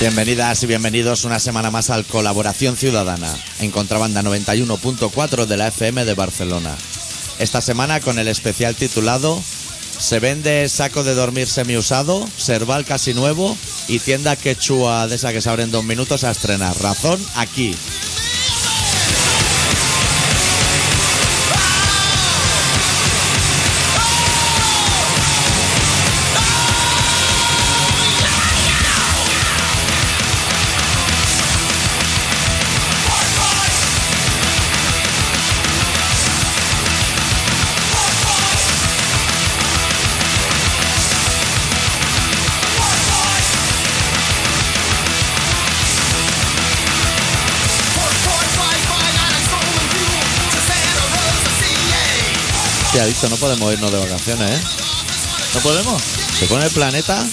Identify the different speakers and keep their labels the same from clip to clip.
Speaker 1: Bienvenidas y bienvenidos una semana más al Colaboración Ciudadana, en Contrabanda 91.4 de la FM de Barcelona. Esta semana con el especial titulado Se vende saco de dormir semiusado, serval casi nuevo y tienda quechua de esa que se abre en dos minutos a estrenar. Razón aquí. Te ha dicho, no podemos irnos de vacaciones, ¿eh?
Speaker 2: ¿No podemos?
Speaker 1: Se pone el planeta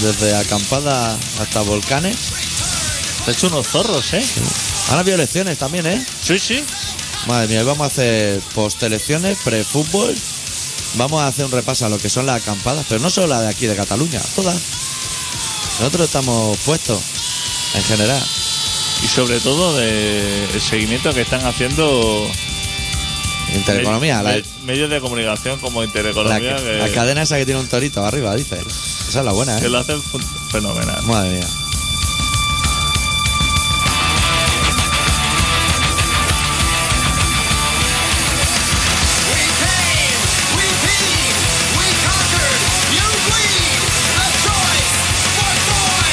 Speaker 1: desde acampada hasta volcanes.
Speaker 2: Te he hecho unos zorros, ¿eh?
Speaker 1: Han habido elecciones también, ¿eh?
Speaker 2: Sí, sí.
Speaker 1: Madre mía, hoy vamos a hacer postelecciones, prefútbol. Vamos a hacer un repaso a lo que son las acampadas, pero no solo las de aquí de Cataluña, todas. Nosotros estamos puestos en general.
Speaker 2: Y sobre todo de el seguimiento que están haciendo
Speaker 1: Intereconomía, la,
Speaker 2: me- medios de comunicación como
Speaker 1: la-
Speaker 2: Intereconomía que,
Speaker 1: la cadena esa que tiene un torito arriba, dice. Esa es la buena,
Speaker 2: que
Speaker 1: ¿eh?
Speaker 2: lo hacen fen- fenomenal.
Speaker 1: Madre mía.
Speaker 3: We came, we beat, we conquered, you bleed. The choice for joy,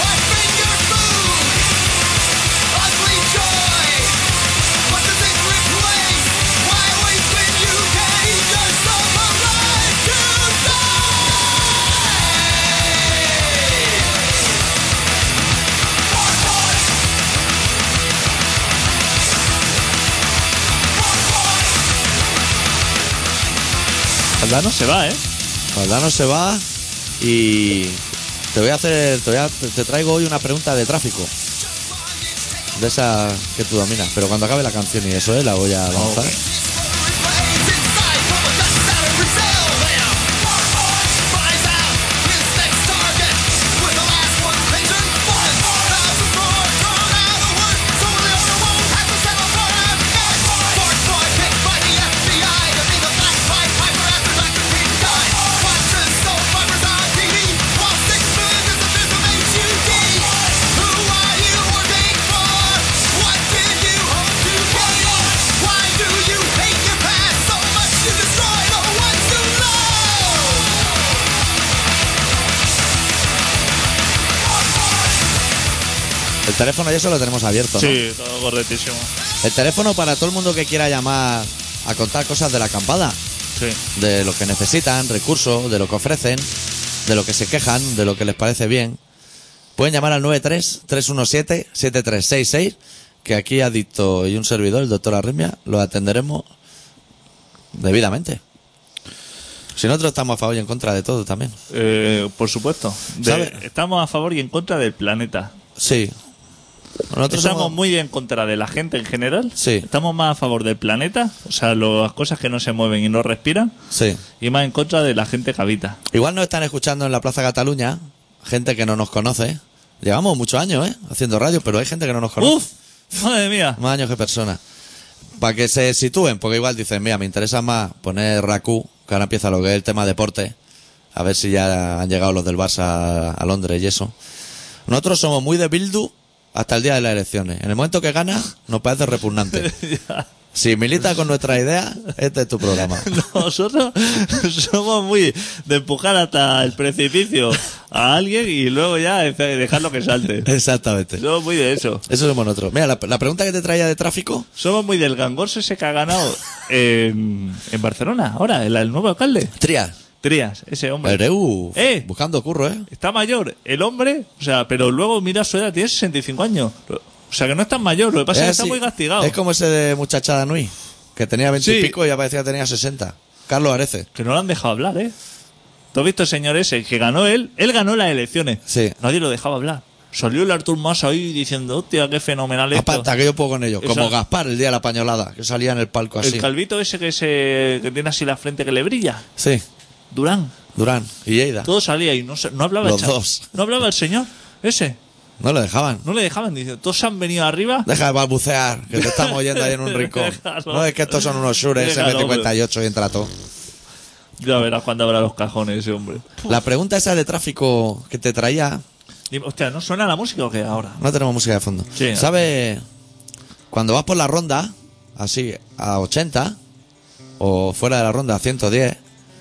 Speaker 3: our fingers move. Ugly joy, what does it replace? Why wait when you gave yourself a right to die?
Speaker 2: Aldano se va, ¿eh?
Speaker 1: Caldano se va y te voy a hacer, te, voy a- te traigo hoy una pregunta de tráfico. De esa que tú dominas, pero cuando acabe la canción y eso, ¿eh? la voy a lanzar.
Speaker 3: Plays inside from a dust out of Brazil. Flies out his next target with the last one pigeon. One thousand more thrown out of work, so the owner won't have to settle for an ad. Fort Boy picked by the FBI to be the black Pied Piper after Dr. Pete died. Watches soap operas on TV while six men is the fifth of HUD. Who are you working for? What did you hope to gain? Why do you hate your past so much you destroy the ones you love?
Speaker 1: El teléfono y eso lo tenemos abierto. ¿no?
Speaker 2: Sí, todo correctísimo.
Speaker 1: El teléfono para todo el mundo que quiera llamar a contar cosas de la acampada,
Speaker 2: Sí.
Speaker 1: de lo que necesitan, recursos, de lo que ofrecen, de lo que se quejan, de lo que les parece bien. Pueden llamar al 93-317-7366, que aquí Adicto y un servidor, el doctor Arrimia, lo atenderemos debidamente. Si nosotros estamos a favor y en contra de todo también.
Speaker 2: Eh, por supuesto. De-
Speaker 1: ¿Sabe?
Speaker 2: estamos a favor y en contra del planeta.
Speaker 1: Sí. Nosotros
Speaker 2: Estamos
Speaker 1: somos-
Speaker 2: muy en contra de la gente en general.
Speaker 1: Sí.
Speaker 2: Estamos más a favor del planeta, o sea, lo- las cosas que no se mueven y no respiran.
Speaker 1: Sí.
Speaker 2: Y más en contra de la gente que habita.
Speaker 1: Igual nos están escuchando en la Plaza Cataluña, gente que no nos conoce. Llevamos muchos años, ¿eh? Haciendo radio, pero hay gente que no nos conoce.
Speaker 2: ¡Uf! ¡Madre mía!
Speaker 1: Más años que personas. Para que se sitúen, porque igual dicen, mira, me interesa más poner Raku, que ahora empieza lo que es el tema deporte. A ver si ya han llegado los del Barça a Londres y eso. Nosotros somos muy de Bildu hasta el día de las elecciones. En el momento que gana, nos parece repugnante. Si milita con nuestra idea, este es tu programa.
Speaker 2: Nosotros somos muy de empujar hasta el precipicio a alguien y luego ya dejarlo que salte.
Speaker 1: Exactamente.
Speaker 2: Somos muy de eso.
Speaker 1: Eso somos nosotros. Mira, la, la pregunta que te traía de tráfico.
Speaker 2: Somos muy del gangorso ese que ha ganado en, en Barcelona, ahora, el, el nuevo alcalde.
Speaker 1: Trias.
Speaker 2: Trías, ese hombre.
Speaker 1: Ereu.
Speaker 2: Eh.
Speaker 1: Buscando curro, ¿eh?
Speaker 2: Está mayor, el hombre, o sea, pero luego mira su edad, tiene 65 años. O sea, que no es tan mayor, lo que pasa es que
Speaker 1: Es
Speaker 2: está
Speaker 1: así.
Speaker 2: muy castigado.
Speaker 1: Es como ese de muchachada Nui, que tenía 20 y
Speaker 2: Sí.
Speaker 1: pico y ya parecía que tenía 60. Carlos Arece.
Speaker 2: Que no lo han dejado hablar, ¿eh? ¿Tú has visto, señor ese? Que ganó él. Él ganó las elecciones.
Speaker 1: Sí.
Speaker 2: Nadie lo dejaba hablar. Salió el Artur Mas ahí diciendo, hostia, qué fenomenal esto.
Speaker 1: Aparte, que yo puedo con ellos. Como
Speaker 2: Eso-
Speaker 1: Gaspar el día de la pañolada, que salía en el palco así.
Speaker 2: el calvito ese que, se, que tiene así la frente que le brilla.
Speaker 1: Sí,
Speaker 2: Durán.
Speaker 1: Durán y Lleida.
Speaker 2: Todo salía y no, se- no hablaba
Speaker 1: Los
Speaker 2: el cha-
Speaker 1: dos.
Speaker 2: No hablaba el señor ese.
Speaker 1: No le dejaban.
Speaker 2: No le dejaban, dice, todos se han venido arriba.
Speaker 1: Deja de balbucear, que te estamos oyendo ahí en un rincón.
Speaker 2: Déjalo.
Speaker 1: No es que estos son unos shures
Speaker 2: Déjalo,
Speaker 1: M58 y entra todo.
Speaker 2: Ya verás cuándo habrá los cajones ese hombre.
Speaker 1: La pregunta esa de tráfico que te traía,
Speaker 2: Dime, Hostia, ¿no suena la música o qué ahora?
Speaker 1: no tenemos música de fondo.
Speaker 2: Sí.
Speaker 1: ¿Sabes? Cuando vas por la ronda, así, a 80, o fuera de la ronda, a 110,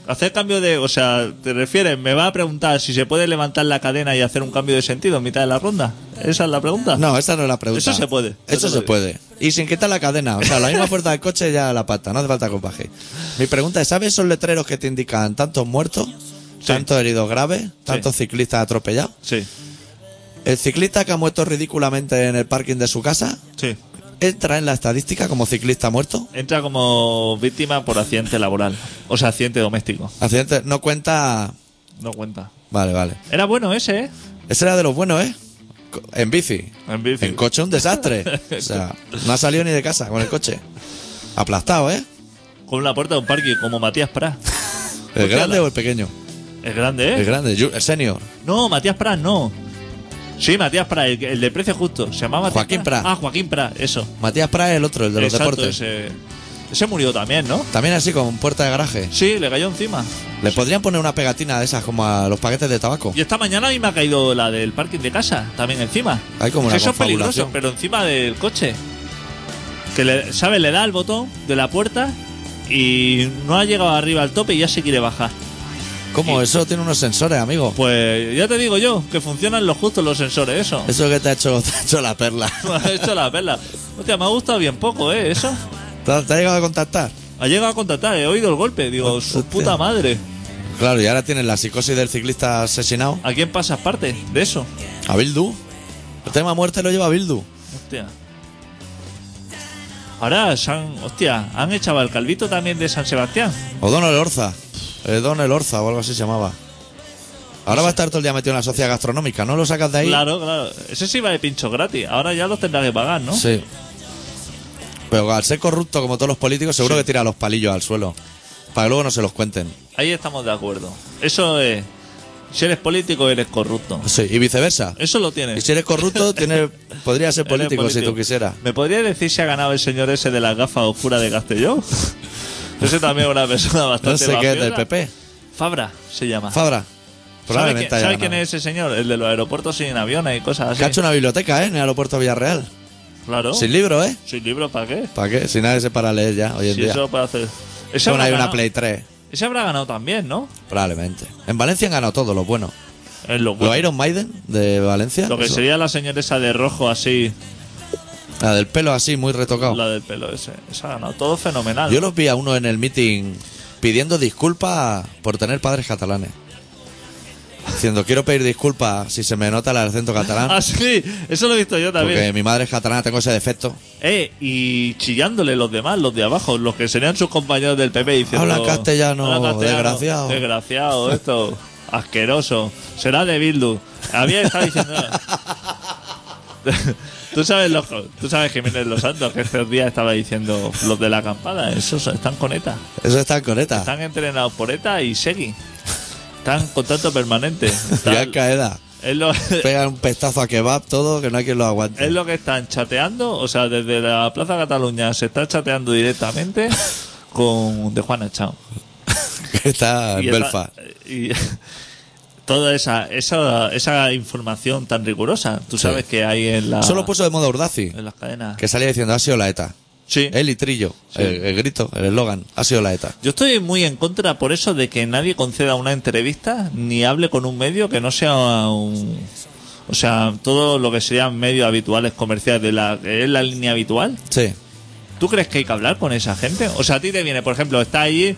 Speaker 2: Hacer cambio de. O sea, ¿te refieres? ¿Me va a preguntar si se puede levantar la cadena y hacer un cambio de sentido en mitad de la ronda? ¿Esa es la pregunta?
Speaker 1: No, esa no es la pregunta.
Speaker 2: Eso se puede.
Speaker 1: Eso
Speaker 2: Eso
Speaker 1: se
Speaker 2: se
Speaker 1: puede. Y sin quitar la cadena. O sea, la misma fuerza del coche ya la pata. No hace falta que os bajéis. Mi pregunta es, ¿sabes esos letreros que te indican tantos muertos, tantos heridos graves, tantos ciclistas atropellados?
Speaker 2: Sí,
Speaker 1: El ciclista que ha muerto ridículamente en el parking de su casa,
Speaker 2: sí.
Speaker 1: ¿entra en la estadística como ciclista muerto?
Speaker 2: Entra como víctima por accidente laboral. O sea, accidente doméstico.
Speaker 1: Accidente, no cuenta...
Speaker 2: No cuenta.
Speaker 1: Vale, vale.
Speaker 2: Era bueno ese, ¿eh?
Speaker 1: Ese era de los buenos, ¿eh? Co- En bici.
Speaker 2: En bici.
Speaker 1: En coche un desastre. O sea, no ha salido ni de casa con el coche. Aplastado, ¿eh?
Speaker 2: Con la puerta de un parque, como Matías Prat.
Speaker 1: ¿El
Speaker 2: Pues
Speaker 1: grande
Speaker 2: ala.
Speaker 1: o el pequeño?
Speaker 2: Es grande, ¿eh?
Speaker 1: El grande, ju- el senior.
Speaker 2: No, Matías Prat no. Sí, Matías Prat, el, el de precio justo. Se llamaba Matías
Speaker 1: Joaquín Prat.
Speaker 2: Ah, Joaquín Prat, eso.
Speaker 1: Matías Prat, el otro, el de los
Speaker 2: Exacto,
Speaker 1: deportes.
Speaker 2: Ese. ese murió también, ¿no?
Speaker 1: También así, con puerta de garaje.
Speaker 2: Sí, le cayó encima.
Speaker 1: Le podrían poner una pegatina de esas como a los paquetes de tabaco.
Speaker 2: Y esta mañana a mí me ha caído la del parking de casa, también encima.
Speaker 1: Hay como una
Speaker 2: Eso es peligroso,
Speaker 1: confabulación.
Speaker 2: pero encima del coche. Que, le, ¿sabes? Le da el botón de la puerta y no ha llegado arriba al tope y ya se quiere bajar.
Speaker 1: ¿Cómo? Eso tiene unos sensores, amigo.
Speaker 2: Pues ya te digo yo, que funcionan los justos los sensores, eso.
Speaker 1: Eso que te ha hecho, te ha hecho la perla.
Speaker 2: Me ha hecho la perla. Hostia, me ha gustado bien poco, ¿eh? Eso.
Speaker 1: ¿Te, ha- te ha llegado a contactar?
Speaker 2: Ha llegado a contratar, he oído el golpe, digo, su
Speaker 1: Hostia.
Speaker 2: puta madre.
Speaker 1: Claro, y ahora tienes la psicosis del ciclista asesinado.
Speaker 2: ¿A quién pasas parte de eso?
Speaker 1: A Bildu. El tema muerte lo lleva a Bildu.
Speaker 2: Hostia. Ahora, se han, hostia, han echado al calvito también de San Sebastián.
Speaker 1: O Donald Orza. Eh, Donald Orza o algo así se llamaba. Ahora va a estar todo el día metido en la sociedad gastronómica. ¿No lo sacas de ahí?
Speaker 2: Claro, claro. Ese sí va de pincho gratis. Ahora ya los tendrá que pagar, ¿no?
Speaker 1: Sí. Pero al ser corrupto como todos los políticos, seguro que tira los palillos al suelo. Para que luego no se los cuenten.
Speaker 2: Ahí estamos de acuerdo. Eso es. Si eres político, eres corrupto.
Speaker 1: Sí, y viceversa.
Speaker 2: Eso lo
Speaker 1: Y
Speaker 2: tienes.
Speaker 1: si eres corrupto, tienes, podría ser
Speaker 2: Eh. Eres
Speaker 1: político si
Speaker 2: político.
Speaker 1: tú quisieras.
Speaker 2: ¿Me podría decir si ha ganado el señor ese de las gafas oscuras de Castellón? ese también es una persona
Speaker 1: No
Speaker 2: bastante
Speaker 1: sé qué es
Speaker 2: mafiosa.
Speaker 1: del PP.
Speaker 2: Fabra se llama.
Speaker 1: Fabra.
Speaker 2: Ah. ¿Sabe
Speaker 1: Probablemente
Speaker 2: quién,
Speaker 1: haya
Speaker 2: sabe
Speaker 1: ganado.
Speaker 2: quién es Ah, ese señor? El de los aeropuertos sin aviones y cosas así.
Speaker 1: Que ha hecho una biblioteca, ¿eh? En el aeropuerto de Villarreal.
Speaker 2: Claro.
Speaker 1: Sin libro, ¿eh?
Speaker 2: ¿Sin libros para qué?
Speaker 1: ¿Para qué? Si nadie se para a leer ya hoy en
Speaker 2: Si
Speaker 1: día.
Speaker 2: eso para hacer. Ese
Speaker 1: Bueno,
Speaker 2: habrá
Speaker 1: hay una
Speaker 2: ganado-
Speaker 1: Play 3.
Speaker 2: Ese habrá ganado también, ¿no?
Speaker 1: Probablemente. En Valencia han ganado todo, lo bueno.
Speaker 2: Es lo
Speaker 1: Los
Speaker 2: bueno.
Speaker 1: Iron Maiden de Valencia.
Speaker 2: Lo que
Speaker 1: eso.
Speaker 2: sería la señora esa de rojo así,
Speaker 1: La del pelo así, muy retocado.
Speaker 2: la del pelo ese. Esa ha ganado todo fenomenal.
Speaker 1: Yo los vi a uno en el meeting pidiendo disculpas por tener padres catalanes. Diciendo, quiero pedir disculpas si se me nota el acento catalán.
Speaker 2: Ah, sí, eso lo he visto yo también.
Speaker 1: Porque mi madre es catalana, tengo ese defecto.
Speaker 2: Eh, y chillándole los demás, los de abajo, los que serían sus compañeros del PP diciendo...
Speaker 1: Habla castellano, desgraciado".
Speaker 2: Desgraciado, esto. Asqueroso. Será de Bildu. A mí me está diciendo... tú sabes, los, tú sabes Jiménez Los Santos, que estos días estaba diciendo los de la acampada, esos están con ETA.
Speaker 1: Eso está en coneta.
Speaker 2: Están entrenados por ETA y Segui. Están en contacto permanente.
Speaker 1: Y
Speaker 2: Están-
Speaker 1: al caeda.
Speaker 2: es lo-
Speaker 1: Pegan un pestazo a kebab todo, que no hay quien lo aguante.
Speaker 2: Es lo que están chateando, o sea, desde la Plaza Cataluña se está chateando directamente con De Juana Chao.
Speaker 1: Que está en
Speaker 2: Y esa-
Speaker 1: Belfast.
Speaker 2: Y toda esa, esa, esa información tan rigurosa, tú
Speaker 1: Sí.
Speaker 2: sabes que hay en, la,
Speaker 1: Solo puso de moda Urdaci,
Speaker 2: en las cadenas.
Speaker 1: que salía diciendo, ha sido la ETA.
Speaker 2: Sí.
Speaker 1: El litrillo, el, el grito, el eslogan, ha sido la ETA.
Speaker 2: Yo estoy muy en contra por eso de que nadie conceda una entrevista ni hable con un medio que no sea un... O sea, todo lo que serían medios habituales comerciales, de la, que es la línea habitual.
Speaker 1: Sí.
Speaker 2: ¿Tú crees que hay que hablar con esa gente? O sea, a ti te viene, por ejemplo, está ahí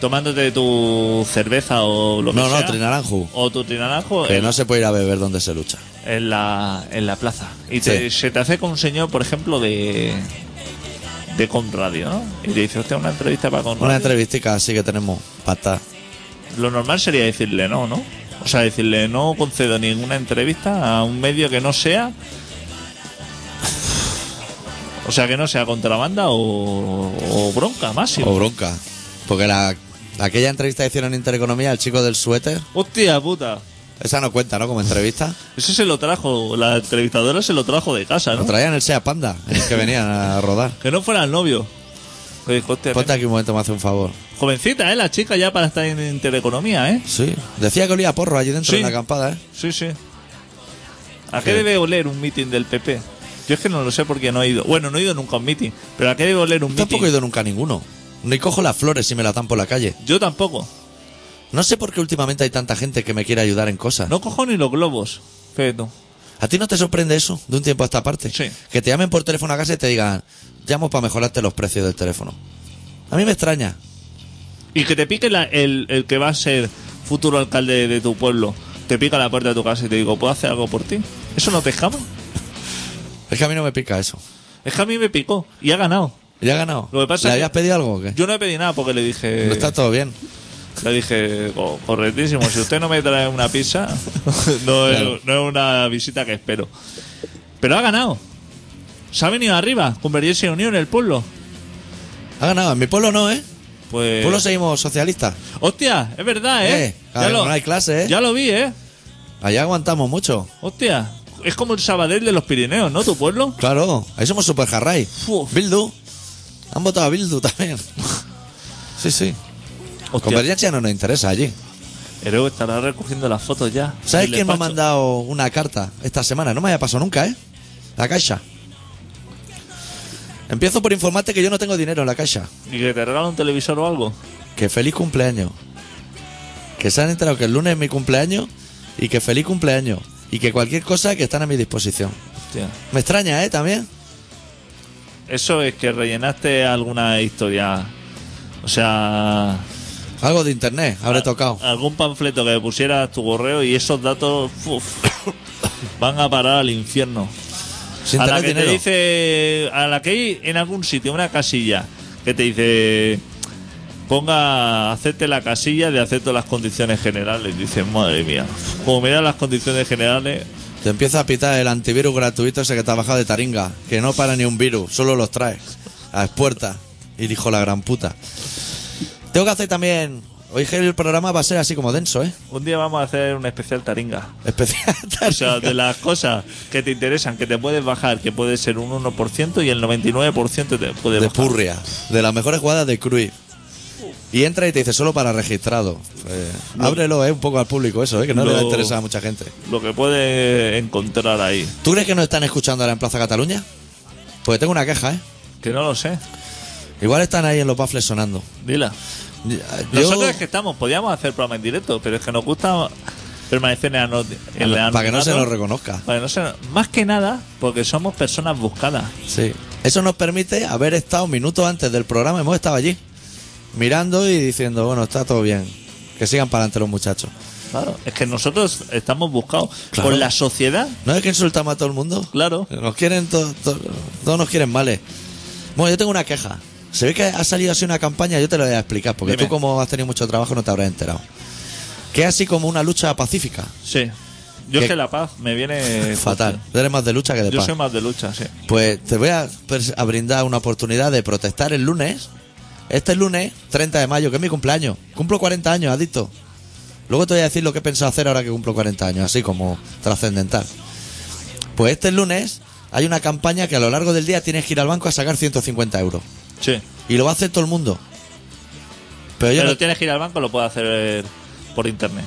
Speaker 2: tomándote tu cerveza o lo que
Speaker 1: No,
Speaker 2: sea.
Speaker 1: no, trinaranju.
Speaker 2: O tu trinaranjo
Speaker 1: Que
Speaker 2: en,
Speaker 1: no se puede ir a beber donde se lucha.
Speaker 2: en la, en la plaza. Y te-
Speaker 1: Sí.
Speaker 2: se te acerca un señor, por ejemplo, de. de Conradio, ¿no? Y te dice, hostia, una entrevista para Conradio.
Speaker 1: Una entrevistica así que tenemos pata.
Speaker 2: Lo normal sería decirle no, ¿no? O sea, decirle no concedo ninguna entrevista a un medio que no sea. O sea, que no sea contrabanda o, o bronca máximo.
Speaker 1: O bronca. Porque la, aquella entrevista que hicieron en Intereconomía, el chico del suéter,
Speaker 2: Hostia puta.
Speaker 1: Esa no cuenta, ¿no? Como entrevista.
Speaker 2: Eso se lo trajo, la entrevistadora se lo trajo de casa,
Speaker 1: Lo
Speaker 2: ¿no?
Speaker 1: traían el Sea Panda, en el que venían a rodar.
Speaker 2: Que no fuera el novio. Que dijo, hostia,
Speaker 1: Ponte aquí un momento, me hace un favor.
Speaker 2: jovencita, ¿eh? La chica ya para estar en Intereconomía, ¿eh?
Speaker 1: Sí. Decía que olía a porro allí dentro
Speaker 2: Sí.
Speaker 1: en la acampada, ¿eh?
Speaker 2: Sí, sí. ¿A
Speaker 1: Sí.
Speaker 2: qué debe oler un meeting del PP? Yo es que no lo sé porque no he ido. Bueno, no he ido nunca a un meeting, pero ¿a qué debe oler un
Speaker 1: Tampoco he
Speaker 2: meeting?
Speaker 1: ido nunca a ninguno. Ni cojo las flores si me la dan por la calle.
Speaker 2: Yo tampoco.
Speaker 1: No sé por qué últimamente hay tanta gente que me quiere ayudar en cosas.
Speaker 2: No cojo ni los globos. Fíjate.
Speaker 1: ¿A ti no te sorprende eso de un tiempo a esta parte?
Speaker 2: Sí.
Speaker 1: Que te llamen por teléfono a casa y te digan, llamo para mejorarte los precios del teléfono. A mí me extraña.
Speaker 2: Y que te pique la- el, el que va a ser futuro alcalde de tu pueblo. Te pica la puerta de tu casa y te digo, ¿puedo hacer algo por ti? ¿Eso no te escama?
Speaker 1: Es que a mí no me pica eso.
Speaker 2: Es que a mí me picó y ha ganado.
Speaker 1: ¿Ya ha ganado?
Speaker 2: Lo que pasa
Speaker 1: ¿Le
Speaker 2: es que- eh,
Speaker 1: habías pedido algo o qué?
Speaker 2: Yo no he pedido nada porque le dije.
Speaker 1: No está todo bien.
Speaker 2: Le dije, "Co- correctísimo, si usted no me trae una pizza, no,
Speaker 1: Claro.
Speaker 2: es, no es una visita que espero. Pero ha ganado. Se ha venido arriba, convertirse en unión el pueblo.
Speaker 1: Ha ganado. En mi pueblo no, ¿eh?
Speaker 2: Pues.
Speaker 1: Pueblo seguimos socialistas.
Speaker 2: Hostia, es verdad, ¿eh?
Speaker 1: Eh, claro, no hay clase, ¿eh?
Speaker 2: Ya lo vi, ¿eh?
Speaker 1: Allá aguantamos mucho.
Speaker 2: Hostia, es como el Sabadell de los Pirineos, ¿no? Tu pueblo.
Speaker 1: Claro, ahí somos super jarray.
Speaker 2: Fu.
Speaker 1: Bildu. Han votado a Bildu también. sí, sí.
Speaker 2: Hostia,
Speaker 1: Convergencia no nos interesa allí.
Speaker 2: Ereu estará recogiendo las fotos ya.
Speaker 1: ¿Sabes
Speaker 2: El
Speaker 1: quién me ha
Speaker 2: despacho.
Speaker 1: mandado una carta esta semana? No me haya pasado nunca, ¿eh? La caixa. Empiezo por informarte que yo no tengo dinero en la caixa.
Speaker 2: ¿Y que te regala un televisor o algo?
Speaker 1: Que feliz cumpleaños. Que se han enterado que el lunes es mi cumpleaños y que feliz cumpleaños. Y que cualquier cosa que están a mi disposición.
Speaker 2: Hostia.
Speaker 1: Me extraña, ¿eh? También.
Speaker 2: Eso es que rellenaste alguna historia. O sea,
Speaker 1: Algo de internet habré
Speaker 2: a-
Speaker 1: tocado.
Speaker 2: Algún panfleto que pusieras tu correo y esos datos uf, van a parar al infierno.
Speaker 1: Sin
Speaker 2: a la
Speaker 1: tener
Speaker 2: que
Speaker 1: dinero.
Speaker 2: te dice, a la que hay en algún sitio una casilla que te dice ponga acepte la casilla de acepto las condiciones generales. Dices, madre mía, como me dan las condiciones generales,
Speaker 1: Te empieza a pitar el antivirus gratuito ese que te ha bajado de taringa. Que no para ni un virus, solo los trae. A expuerta. Y dijo la gran puta. Tengo que hacer también. Hoy que el programa va a ser así como denso, ¿eh?
Speaker 2: un día vamos a hacer un especial taringa.
Speaker 1: Especial.
Speaker 2: O sea, de las cosas que te interesan, que te puedes bajar, que puede ser un 1% y el 99% te puede
Speaker 1: de
Speaker 2: bajar.
Speaker 1: Purria. De las mejores jugadas de Cruyff. Y entra y te dice solo para registrado. Eh, ábrelo, ¿eh? Un poco al público eso, ¿eh? Que no le va a
Speaker 2: Lo-
Speaker 1: interesar a mucha gente.
Speaker 2: Lo que puede encontrar ahí.
Speaker 1: ¿Tú crees que nos están escuchando ahora en Plaza Cataluña? Pues tengo una queja, ¿eh?
Speaker 2: Que no lo sé.
Speaker 1: Igual están ahí en los baffles sonando. eh,
Speaker 2: Dila.
Speaker 1: Yo-
Speaker 2: Nosotros es que estamos, podíamos hacer programa en directo, pero es que nos gusta permanecer en, ano- en el
Speaker 1: Para que no se
Speaker 2: anonimato.
Speaker 1: nos reconozca.
Speaker 2: Para que no se- Más que nada porque somos personas buscadas.
Speaker 1: Sí. Eso nos permite haber estado minutos antes del programa, hemos estado allí, mirando y diciendo, bueno, está todo bien, que sigan para adelante los muchachos.
Speaker 2: Claro. Es que nosotros estamos buscados
Speaker 1: Claro.
Speaker 2: por la sociedad.
Speaker 1: ¿No es que insultamos a todo el mundo?
Speaker 2: Claro.
Speaker 1: Nos quieren, to- to- todos nos quieren males. Bueno, yo tengo una queja. Se ve que ha salido así una campaña, yo te lo voy a explicar, porque
Speaker 2: Dime.
Speaker 1: tú como has tenido mucho trabajo no te habrás enterado. Que es así como una lucha pacífica.
Speaker 2: Sí. Yo
Speaker 1: Que-
Speaker 2: es que la paz me viene pues,
Speaker 1: Fatal. Tú eres más de lucha que de
Speaker 2: Yo
Speaker 1: paz.
Speaker 2: soy más de lucha, sí.
Speaker 1: Pues te voy a, pres- a brindar una oportunidad de protestar el lunes. Este lunes, 30 de mayo, que es mi cumpleaños. Cumplo 40 años, adicto. Luego te voy a decir lo que he pensado hacer ahora que cumplo 40 años, así como trascendental. Pues este lunes hay una campaña que a lo largo del día tienes que ir al banco a sacar 150 euros.
Speaker 2: Sí.
Speaker 1: Y lo va a hacer todo el mundo. Pero yo
Speaker 2: Pero
Speaker 1: no,
Speaker 2: tienes que ir al banco, lo puedes hacer eh, por internet.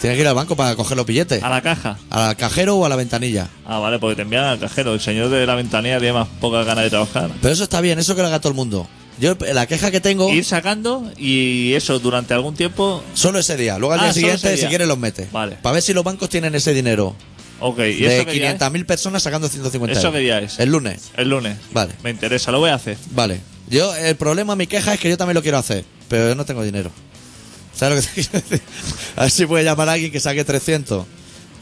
Speaker 1: tienes que ir al banco para coger los billetes.
Speaker 2: A la caja.
Speaker 1: Al cajero o a la ventanilla.
Speaker 2: Ah, vale, porque te envían al cajero. El señor de la ventanilla tiene más poca ganas de trabajar.
Speaker 1: Pero eso está bien, eso que lo haga todo el mundo. Yo la queja que tengo...
Speaker 2: Ir sacando y eso durante algún tiempo.
Speaker 1: Solo ese día. Luego al
Speaker 2: Ah,
Speaker 1: día
Speaker 2: solo ese
Speaker 1: siguiente,
Speaker 2: día.
Speaker 1: si quieres, los metes.
Speaker 2: Vale.
Speaker 1: Para ver si los bancos tienen ese dinero.
Speaker 2: Ok, ¿y
Speaker 1: de
Speaker 2: eso qué día es?
Speaker 1: 500.000 personas sacando 150
Speaker 2: ¿Eso
Speaker 1: euros.
Speaker 2: qué día es?
Speaker 1: El lunes.
Speaker 2: El lunes.
Speaker 1: Vale.
Speaker 2: Me interesa, lo voy a hacer.
Speaker 1: Vale. Yo, el problema, mi queja es que yo también lo quiero hacer, pero yo no tengo dinero. ¿Sabes lo que te quiero decir? A ver si puede llamar a alguien que saque 300.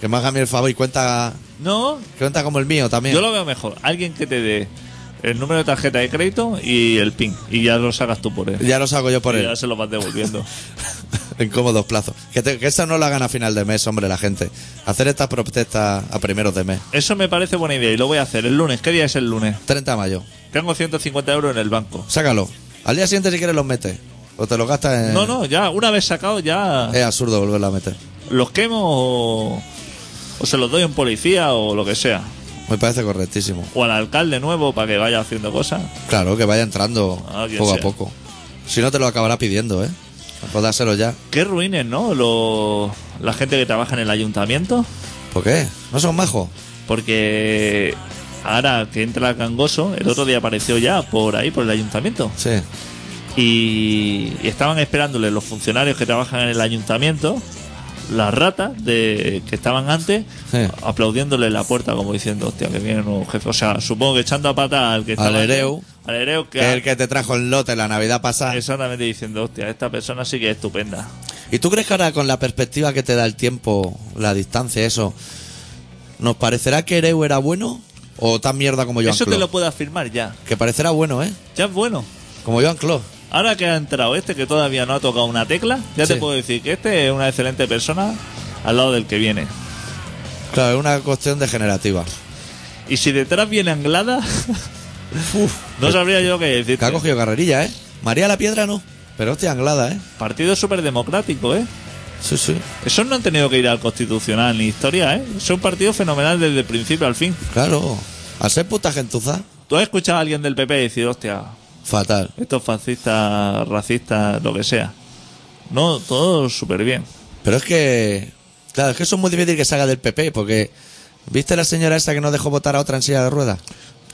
Speaker 1: Que me haga a mí el favor y cuenta,
Speaker 2: No,
Speaker 1: cuenta como el mío también.
Speaker 2: yo lo veo mejor. Alguien que te dé el número de tarjeta de crédito y el PIN. Y ya lo sacas tú por él.
Speaker 1: Ya lo saco yo por
Speaker 2: Y
Speaker 1: él.
Speaker 2: ya se lo vas devolviendo.
Speaker 1: En cómodos plazos. Que, te- que eso no lo hagan a final de mes, hombre, la gente. Hacer estas protestas a primeros de mes.
Speaker 2: Eso me parece buena idea y lo voy a hacer el lunes. ¿Qué día es el lunes?
Speaker 1: 30 de mayo.
Speaker 2: Tengo 150 euros en el banco.
Speaker 1: Sácalo. Al día siguiente, si quieres, los metes. O te los gastas en.
Speaker 2: No, no, ya una vez sacado ya...
Speaker 1: Es absurdo volverla a meter.
Speaker 2: los quemo o, o se los doy a un policía o lo que sea.
Speaker 1: Me parece correctísimo.
Speaker 2: O al alcalde nuevo para que vaya haciendo cosas.
Speaker 1: Claro, que vaya entrando
Speaker 2: Ah, quien
Speaker 1: poco
Speaker 2: sea.
Speaker 1: a poco. Si no, te lo acabará pidiendo, ¿eh? Pues dáselo ya.
Speaker 2: Qué ruines, ¿no? Lo- la gente que trabaja en el ayuntamiento.
Speaker 1: ¿Por qué? ¿No son majos?
Speaker 2: Porque ahora que entra Cangoso, el otro día apareció ya por ahí, por el ayuntamiento.
Speaker 1: Sí.
Speaker 2: Y, y estaban esperándole los funcionarios que trabajan en el ayuntamiento, las ratas de que estaban antes,
Speaker 1: Sí.
Speaker 2: aplaudiéndole en la puerta como diciendo, hostia, que viene un nuevo jefe. O sea, supongo que echando a pata al que
Speaker 1: Al
Speaker 2: estaba... antes,
Speaker 1: Ereu.
Speaker 2: Al Ereu que...
Speaker 1: Que es el que te trajo el lote la Navidad pasada.
Speaker 2: Exactamente diciendo, hostia, esta persona sí que es estupenda.
Speaker 1: ¿Y tú crees que ahora con la perspectiva que te da el tiempo, la distancia, eso, nos parecerá que Ereu era bueno o tan mierda como Joan
Speaker 2: Eso te
Speaker 1: Clos?
Speaker 2: lo puedo afirmar ya.
Speaker 1: Que parecerá bueno, ¿eh?
Speaker 2: Ya es bueno.
Speaker 1: Como Joan Clos.
Speaker 2: Ahora que ha entrado este, que todavía no ha tocado una tecla, ya
Speaker 1: Sí.
Speaker 2: te puedo decir que este es una excelente persona al lado del que viene.
Speaker 1: Claro, es una cuestión degenerativa.
Speaker 2: Y si detrás viene Anglada, no sabría yo qué decir.
Speaker 1: Que ha cogido carrerilla, ¿eh? María la Piedra no. Pero hostia, anglada, ¿eh?
Speaker 2: Partido súper democrático, ¿eh?
Speaker 1: Sí, sí.
Speaker 2: Esos no han tenido que ir al constitucional ni historia, ¿eh? Es un partido fenomenal desde el principio al fin.
Speaker 1: Claro. Al ser puta gentuza,
Speaker 2: ¿Tú has escuchado a alguien del PP decir, hostia,
Speaker 1: fatal.
Speaker 2: estos fascistas, racistas, lo que sea? No, todo súper bien.
Speaker 1: Pero es que. Claro, es que eso es muy difícil que salga del PP, porque. ¿Viste la señora esa que no dejó votar a otra en silla de ruedas?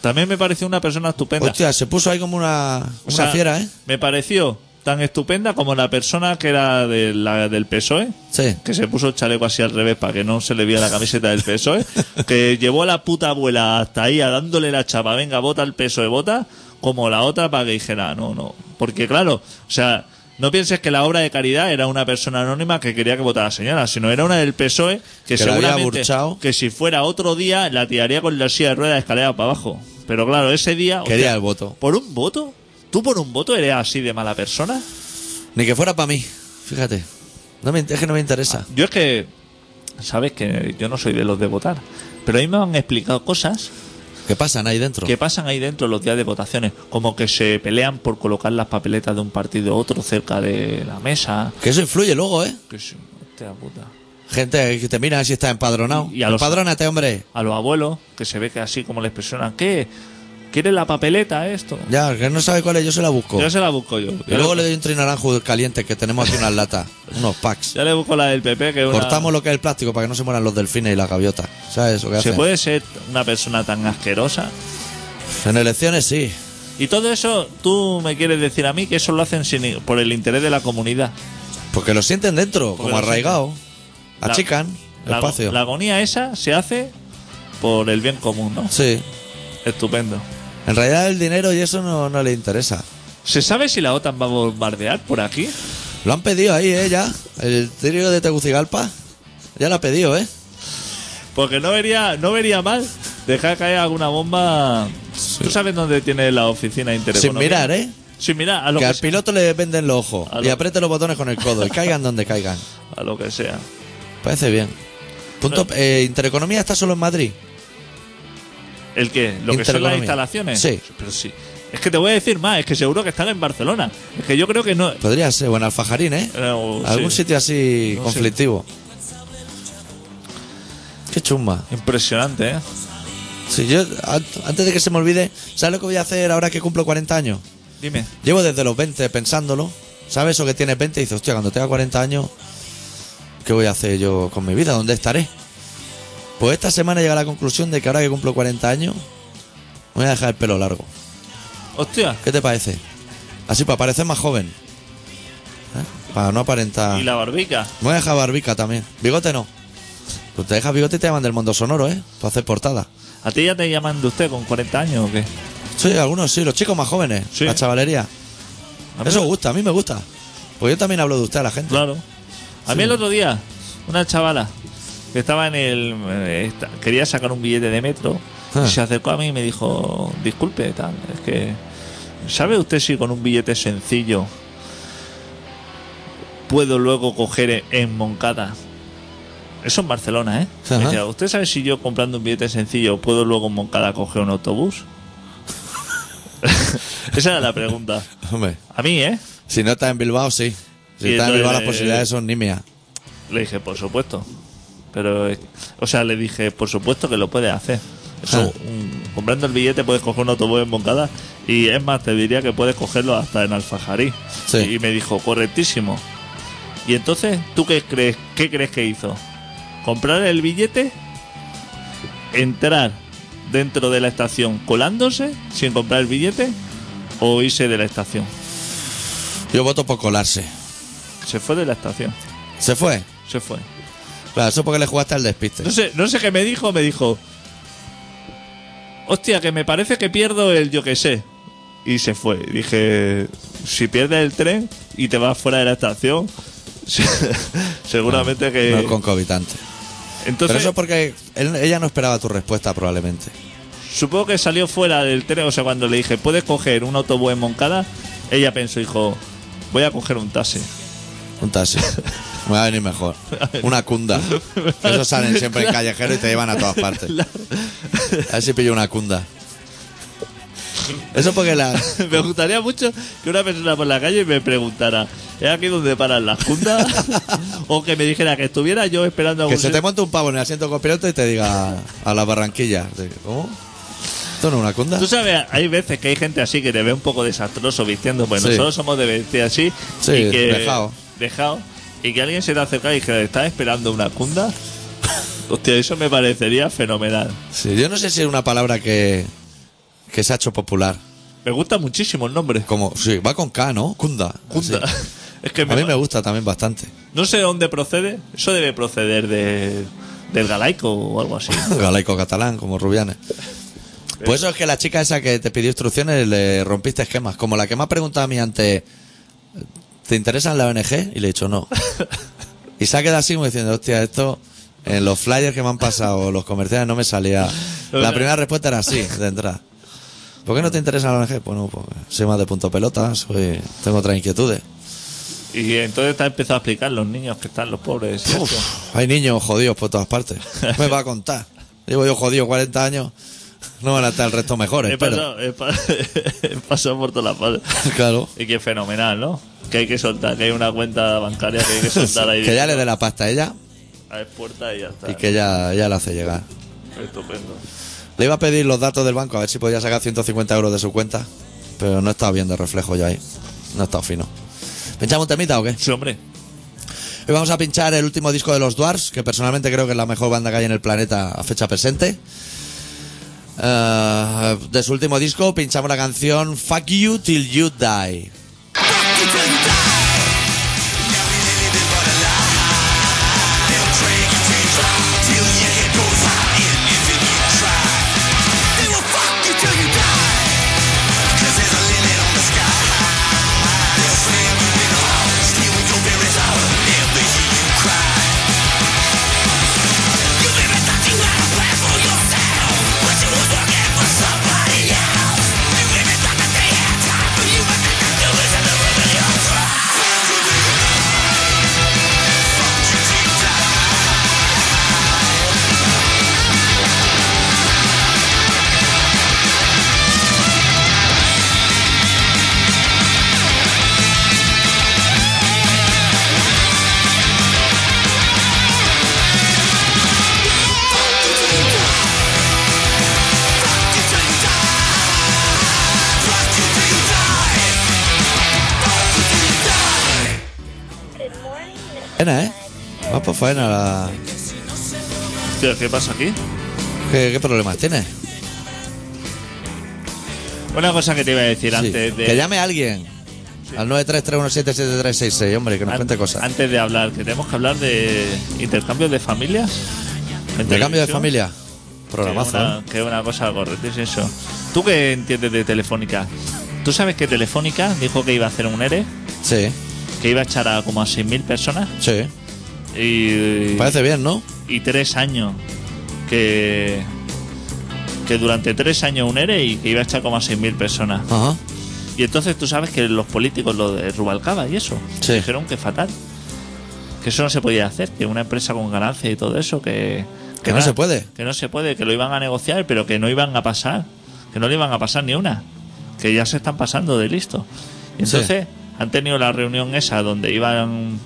Speaker 2: También me pareció una persona estupenda.
Speaker 1: Hostia, se puso ahí como una, una
Speaker 2: O sea,
Speaker 1: fiera, ¿eh?
Speaker 2: Me pareció tan estupenda como la persona que era de la, del PSOE,
Speaker 1: Sí.
Speaker 2: que se puso el chaleco así al revés para que no se le viera la camiseta del PSOE, E, que llevó a la puta abuela hasta ahí a dándole la chapa, venga, vota el PSOE, vota, E, como la otra para que dijera, no, no. Porque claro, o sea, no pienses que la obra de caridad era una persona anónima que quería que votara la señora, sino era una del PSOE E que,
Speaker 1: Que la había
Speaker 2: seguramente
Speaker 1: burchao.
Speaker 2: que si fuera otro día la tiraría con la silla de ruedas escalera para abajo. Pero claro, ese día...
Speaker 1: Quería
Speaker 2: hostia,
Speaker 1: el voto.
Speaker 2: ¿Por un voto? ¿Tú por un voto eres así de mala persona?
Speaker 1: Ni que fuera para mí, fíjate. No me, es que no me interesa.
Speaker 2: Yo es que, sabes que yo no soy de los de votar, pero a mí me han explicado cosas
Speaker 1: ¿Qué pasan ahí dentro?
Speaker 2: Ah. que pasan ahí dentro los días de votaciones, como que se pelean por colocar las papeletas de un partido a otro cerca de la mesa.
Speaker 1: Que eso influye luego, ¿eh?
Speaker 2: Que es- hostia puta.
Speaker 1: Gente que te mira si está empadronado.
Speaker 2: Y a los-
Speaker 1: Empadrónate, hombre.
Speaker 2: A los abuelos, que se ve que así como les presionan, ¿qué? ¿Quieres la papeleta esto?
Speaker 1: Ya, que no sabe cuál es, yo se la busco.
Speaker 2: Yo se la busco yo.
Speaker 1: Y luego le doy un trinaranjo caliente que tenemos aquí unas latas, unos packs.
Speaker 2: Ya le busco la del PP, que es una-
Speaker 1: Cortamos lo que es el plástico para que no se mueran los delfines y las gaviotas. ¿Sabes eso que
Speaker 2: ¿Se
Speaker 1: hacen?
Speaker 2: puede ser una persona tan asquerosa?
Speaker 1: En elecciones sí.
Speaker 2: Y todo eso, tú me quieres decir a mí que eso lo hacen sin, por el interés de la comunidad.
Speaker 1: Porque lo sienten dentro,
Speaker 2: Porque
Speaker 1: como
Speaker 2: lo sienten.
Speaker 1: arraigado.
Speaker 2: La-
Speaker 1: Achican
Speaker 2: La,
Speaker 1: espacio.
Speaker 2: la agonía esa se hace por el bien común, ¿no?
Speaker 1: Sí.
Speaker 2: Estupendo.
Speaker 1: En realidad el dinero y eso no, no le interesa.
Speaker 2: ¿Se sabe si la OTAN va a bombardear por aquí?
Speaker 1: Lo han pedido ahí, ¿eh? Ya. El trío de Tegucigalpa ya lo ha pedido, ¿eh?
Speaker 2: Porque no vería, no vería mal dejar caer alguna bomba. ¿Tú sabes dónde tiene la oficina
Speaker 1: Sin
Speaker 2: intereconómica?
Speaker 1: mirar, ¿eh?
Speaker 2: Sin mirar, a lo
Speaker 1: Que
Speaker 2: que,
Speaker 1: al
Speaker 2: sea,
Speaker 1: piloto le venden los ojos
Speaker 2: A
Speaker 1: y
Speaker 2: lo-
Speaker 1: apriete los botones con el codo y caigan donde caigan.
Speaker 2: a lo que sea.
Speaker 1: Parece bien. Punto, eh, Intereconomía está solo en Madrid.
Speaker 2: ¿El qué? ¿Lo que son las
Speaker 1: Intereconomía.
Speaker 2: instalaciones?
Speaker 1: Sí.
Speaker 2: Pero sí. Es que te voy a decir más, es que seguro que están en Barcelona. Es que yo creo que no.
Speaker 1: Podría ser, o en Alfajarín, ¿eh?
Speaker 2: Eh, o-
Speaker 1: Algún
Speaker 2: sí.
Speaker 1: sitio así
Speaker 2: No sé.
Speaker 1: conflictivo. Qué chumba.
Speaker 2: Impresionante, ¿eh?
Speaker 1: Si yo, an- antes de que se me olvide, ¿sabes lo que voy a hacer ahora que cumplo 40 años?
Speaker 2: Dime.
Speaker 1: Llevo desde los 20 pensándolo. ¿Sabes eso que tienes 20? Y dices, hostia, cuando tenga 40 años, ¿qué voy a hacer yo con mi vida? ¿Dónde estaré? Pues esta semana llega a la conclusión de que ahora que cumplo 40 años, me voy a dejar el pelo largo.
Speaker 2: Hostia.
Speaker 1: ¿Qué te parece? Así para parecer más joven. ¿Eh? Para no aparentar.
Speaker 2: Y la barbica.
Speaker 1: Me voy a dejar barbica también. Bigote no. Tú te dejas bigote y te llaman del mundo sonoro, ¿eh? Para hacer portada.
Speaker 2: ¿A ti ya te llaman de usted con 40 años o qué?
Speaker 1: Sí, algunos sí, los chicos más jóvenes,
Speaker 2: Sí.
Speaker 1: la chavalería.
Speaker 2: A mí
Speaker 1: Eso
Speaker 2: no-
Speaker 1: gusta, a mí me gusta. Pues yo también hablo de usted a la gente.
Speaker 2: Claro. A mí el otro día, una chavala que estaba en el. eh, esta- quería sacar un billete de metro
Speaker 1: Ah.
Speaker 2: y se acercó a mí y me dijo: Disculpe, tal, es que. ¿Sabe usted si con un billete sencillo puedo luego coger en, en Moncada? Eso en Barcelona, ¿eh? Me
Speaker 1: Ajá.
Speaker 2: decía, ¿Usted sabe si yo comprando un billete sencillo puedo luego en Moncada coger un autobús? Esa era la pregunta.
Speaker 1: Hombre,
Speaker 2: A mí, ¿eh?
Speaker 1: si no está en Bilbao, sí. Si
Speaker 2: Y
Speaker 1: está en
Speaker 2: entonces,
Speaker 1: Bilbao, las
Speaker 2: eh,
Speaker 1: posibilidades son nimias.
Speaker 2: Le dije, por supuesto. Pero, es- o sea, le dije, por supuesto que lo puedes hacer. Eso,
Speaker 1: Ah.
Speaker 2: un- comprando el billete puedes coger un autobús en Moncada y es más, te diría que puedes cogerlo hasta en Alfajarí.
Speaker 1: Sí.
Speaker 2: Y me dijo, correctísimo. Y entonces, ¿tú qué crees, qué crees que hizo? Comprar el billete, entrar dentro de la estación colándose sin comprar el billete o irse de la estación.
Speaker 1: Yo voto por colarse.
Speaker 2: Se fue de la estación,
Speaker 1: ¿Se fue?
Speaker 2: se fue.
Speaker 1: Claro, eso porque le jugaste al despiste.
Speaker 2: No sé, no sé qué me dijo, me dijo. Hostia, que me parece que pierdo el yo que sé. Y se fue. Dije, si pierdes el tren y te vas fuera de la estación, se- seguramente que.
Speaker 1: Ah, No es concomitante. Pero
Speaker 2: Entonces,
Speaker 1: eso es porque él- ella no esperaba tu respuesta, probablemente.
Speaker 2: supongo que salió fuera del tren. O sea, cuando le dije, puedes coger un autobús en Moncada, ella pensó, hijo, voy a coger un taxi.
Speaker 1: Un taxi. Me va a venir mejor. Una cunda. Esos salen siempre en callejero y te llevan a todas partes. A ver si pillo una cunda. Eso porque la.
Speaker 2: Me gustaría mucho que una persona por la calle me preguntara, ¿es aquí donde paran las juntas? o que me dijera que estuviera yo esperando a
Speaker 1: Que
Speaker 2: algún
Speaker 1: se te
Speaker 2: sitio.
Speaker 1: monte un pavo en el asiento copiloto y te diga a la barranquilla. de, ¿Cómo? ¿Esto no es una cunda?
Speaker 2: Tú sabes, hay veces que hay gente así que te ve un poco desastroso vistiendo, pues
Speaker 1: Sí.
Speaker 2: nosotros somos de vestir así.
Speaker 1: Sí,
Speaker 2: y que,
Speaker 1: dejado.
Speaker 2: dejado, Y que alguien se te acerca y que está esperando una cunda. Hostia, eso me parecería fenomenal.
Speaker 1: Sí, yo no sé si es una palabra que, que se ha hecho popular.
Speaker 2: Me gusta muchísimo el nombre.
Speaker 1: Como, sí, va con K, ¿no? Cunda.
Speaker 2: Cunda.
Speaker 1: Así.
Speaker 2: Es que
Speaker 1: A mí
Speaker 2: me-
Speaker 1: me gusta también bastante.
Speaker 2: no sé de dónde procede. Eso debe proceder de, del galaico o algo así.
Speaker 1: Galaico catalán, como Rubianes. Pues eso es que la chica esa que te pidió instrucciones le rompiste esquemas. Como la que me ha preguntado a mí antes, ¿te interesan la ONG? Y le he dicho no. Y se ha quedado así como diciendo, hostia, esto en los flyers que me han pasado, los comerciales, no me salía. La primera respuesta era sí, de entrada. ¿Por qué no te interesa la ONG? Pues no, porque soy más de punto pelota, soy, tengo otras inquietudes.
Speaker 2: Y entonces te ha empezado a explicar los niños que están los pobres. y
Speaker 1: Uf,
Speaker 2: eso.
Speaker 1: hay niños jodidos por todas partes. Me va a contar. Llevo yo jodido 40 años. No van a estar el resto mejores.
Speaker 2: He
Speaker 1: Pero,
Speaker 2: pasado, he pa- he pasado por todas las partes.
Speaker 1: claro.
Speaker 2: Y que fenomenal, ¿no? Que hay que soltar, que hay una cuenta bancaria que hay que soltar ahí.
Speaker 1: Que ya le dé la pasta a ella
Speaker 2: A la puerta y ya está.
Speaker 1: y que ella, ella la hace llegar.
Speaker 2: Estupendo.
Speaker 1: Le iba a pedir los datos del banco a ver si podía sacar 150 euros de su cuenta. Pero no estaba viendo el reflejo yo ahí. No estaba fino. ¿Pinchamos un temita o qué?
Speaker 2: Sí, hombre.
Speaker 1: Hoy vamos a pinchar el último disco de los Dwarfs, que personalmente creo que es la mejor banda que hay en el planeta a fecha presente. Eh, de su último disco pinchamos la canción Fuck You Till You Die. Ena, ¿eh? Va por faena la-
Speaker 2: Tío, ¿qué pasa aquí?
Speaker 1: ¿Qué, qué problemas tiene?
Speaker 2: Una cosa que te iba a decir
Speaker 1: Sí.
Speaker 2: antes de.
Speaker 1: Que llame a alguien. Al 933177366, hombre, que nos
Speaker 2: an-
Speaker 1: cuente cosas.
Speaker 2: Antes de hablar, que tenemos que hablar de intercambios de familias. en
Speaker 1: Intercambio de
Speaker 2: televisión.
Speaker 1: familia.
Speaker 2: Que
Speaker 1: Programazo.
Speaker 2: una-
Speaker 1: ¿eh?
Speaker 2: Que es una cosa correcta, es eso. ¿Tú qué entiendes de Telefónica? ¿Tú sabes que Telefónica dijo que iba a hacer un ERE?
Speaker 1: Sí,
Speaker 2: Que iba a echar a como a 6.000 personas.
Speaker 1: sí.
Speaker 2: Y.
Speaker 1: Parece bien, ¿no?
Speaker 2: y tres años que que durante tres años un ERE y que iba a estar como a 6.000 personas.
Speaker 1: Ajá.
Speaker 2: Y entonces tú sabes que los políticos, lo de Rubalcaba y eso,
Speaker 1: Sí.
Speaker 2: dijeron que fatal. Que eso no se podía hacer, que una empresa con ganancia y todo eso, que...
Speaker 1: Que no se puede.
Speaker 2: Que no se puede, que lo iban a negociar, pero que no iban a pasar. Que no le iban a pasar ni una. Que ya se están pasando de listo. Y
Speaker 1: Sí.
Speaker 2: entonces han tenido la reunión esa donde iban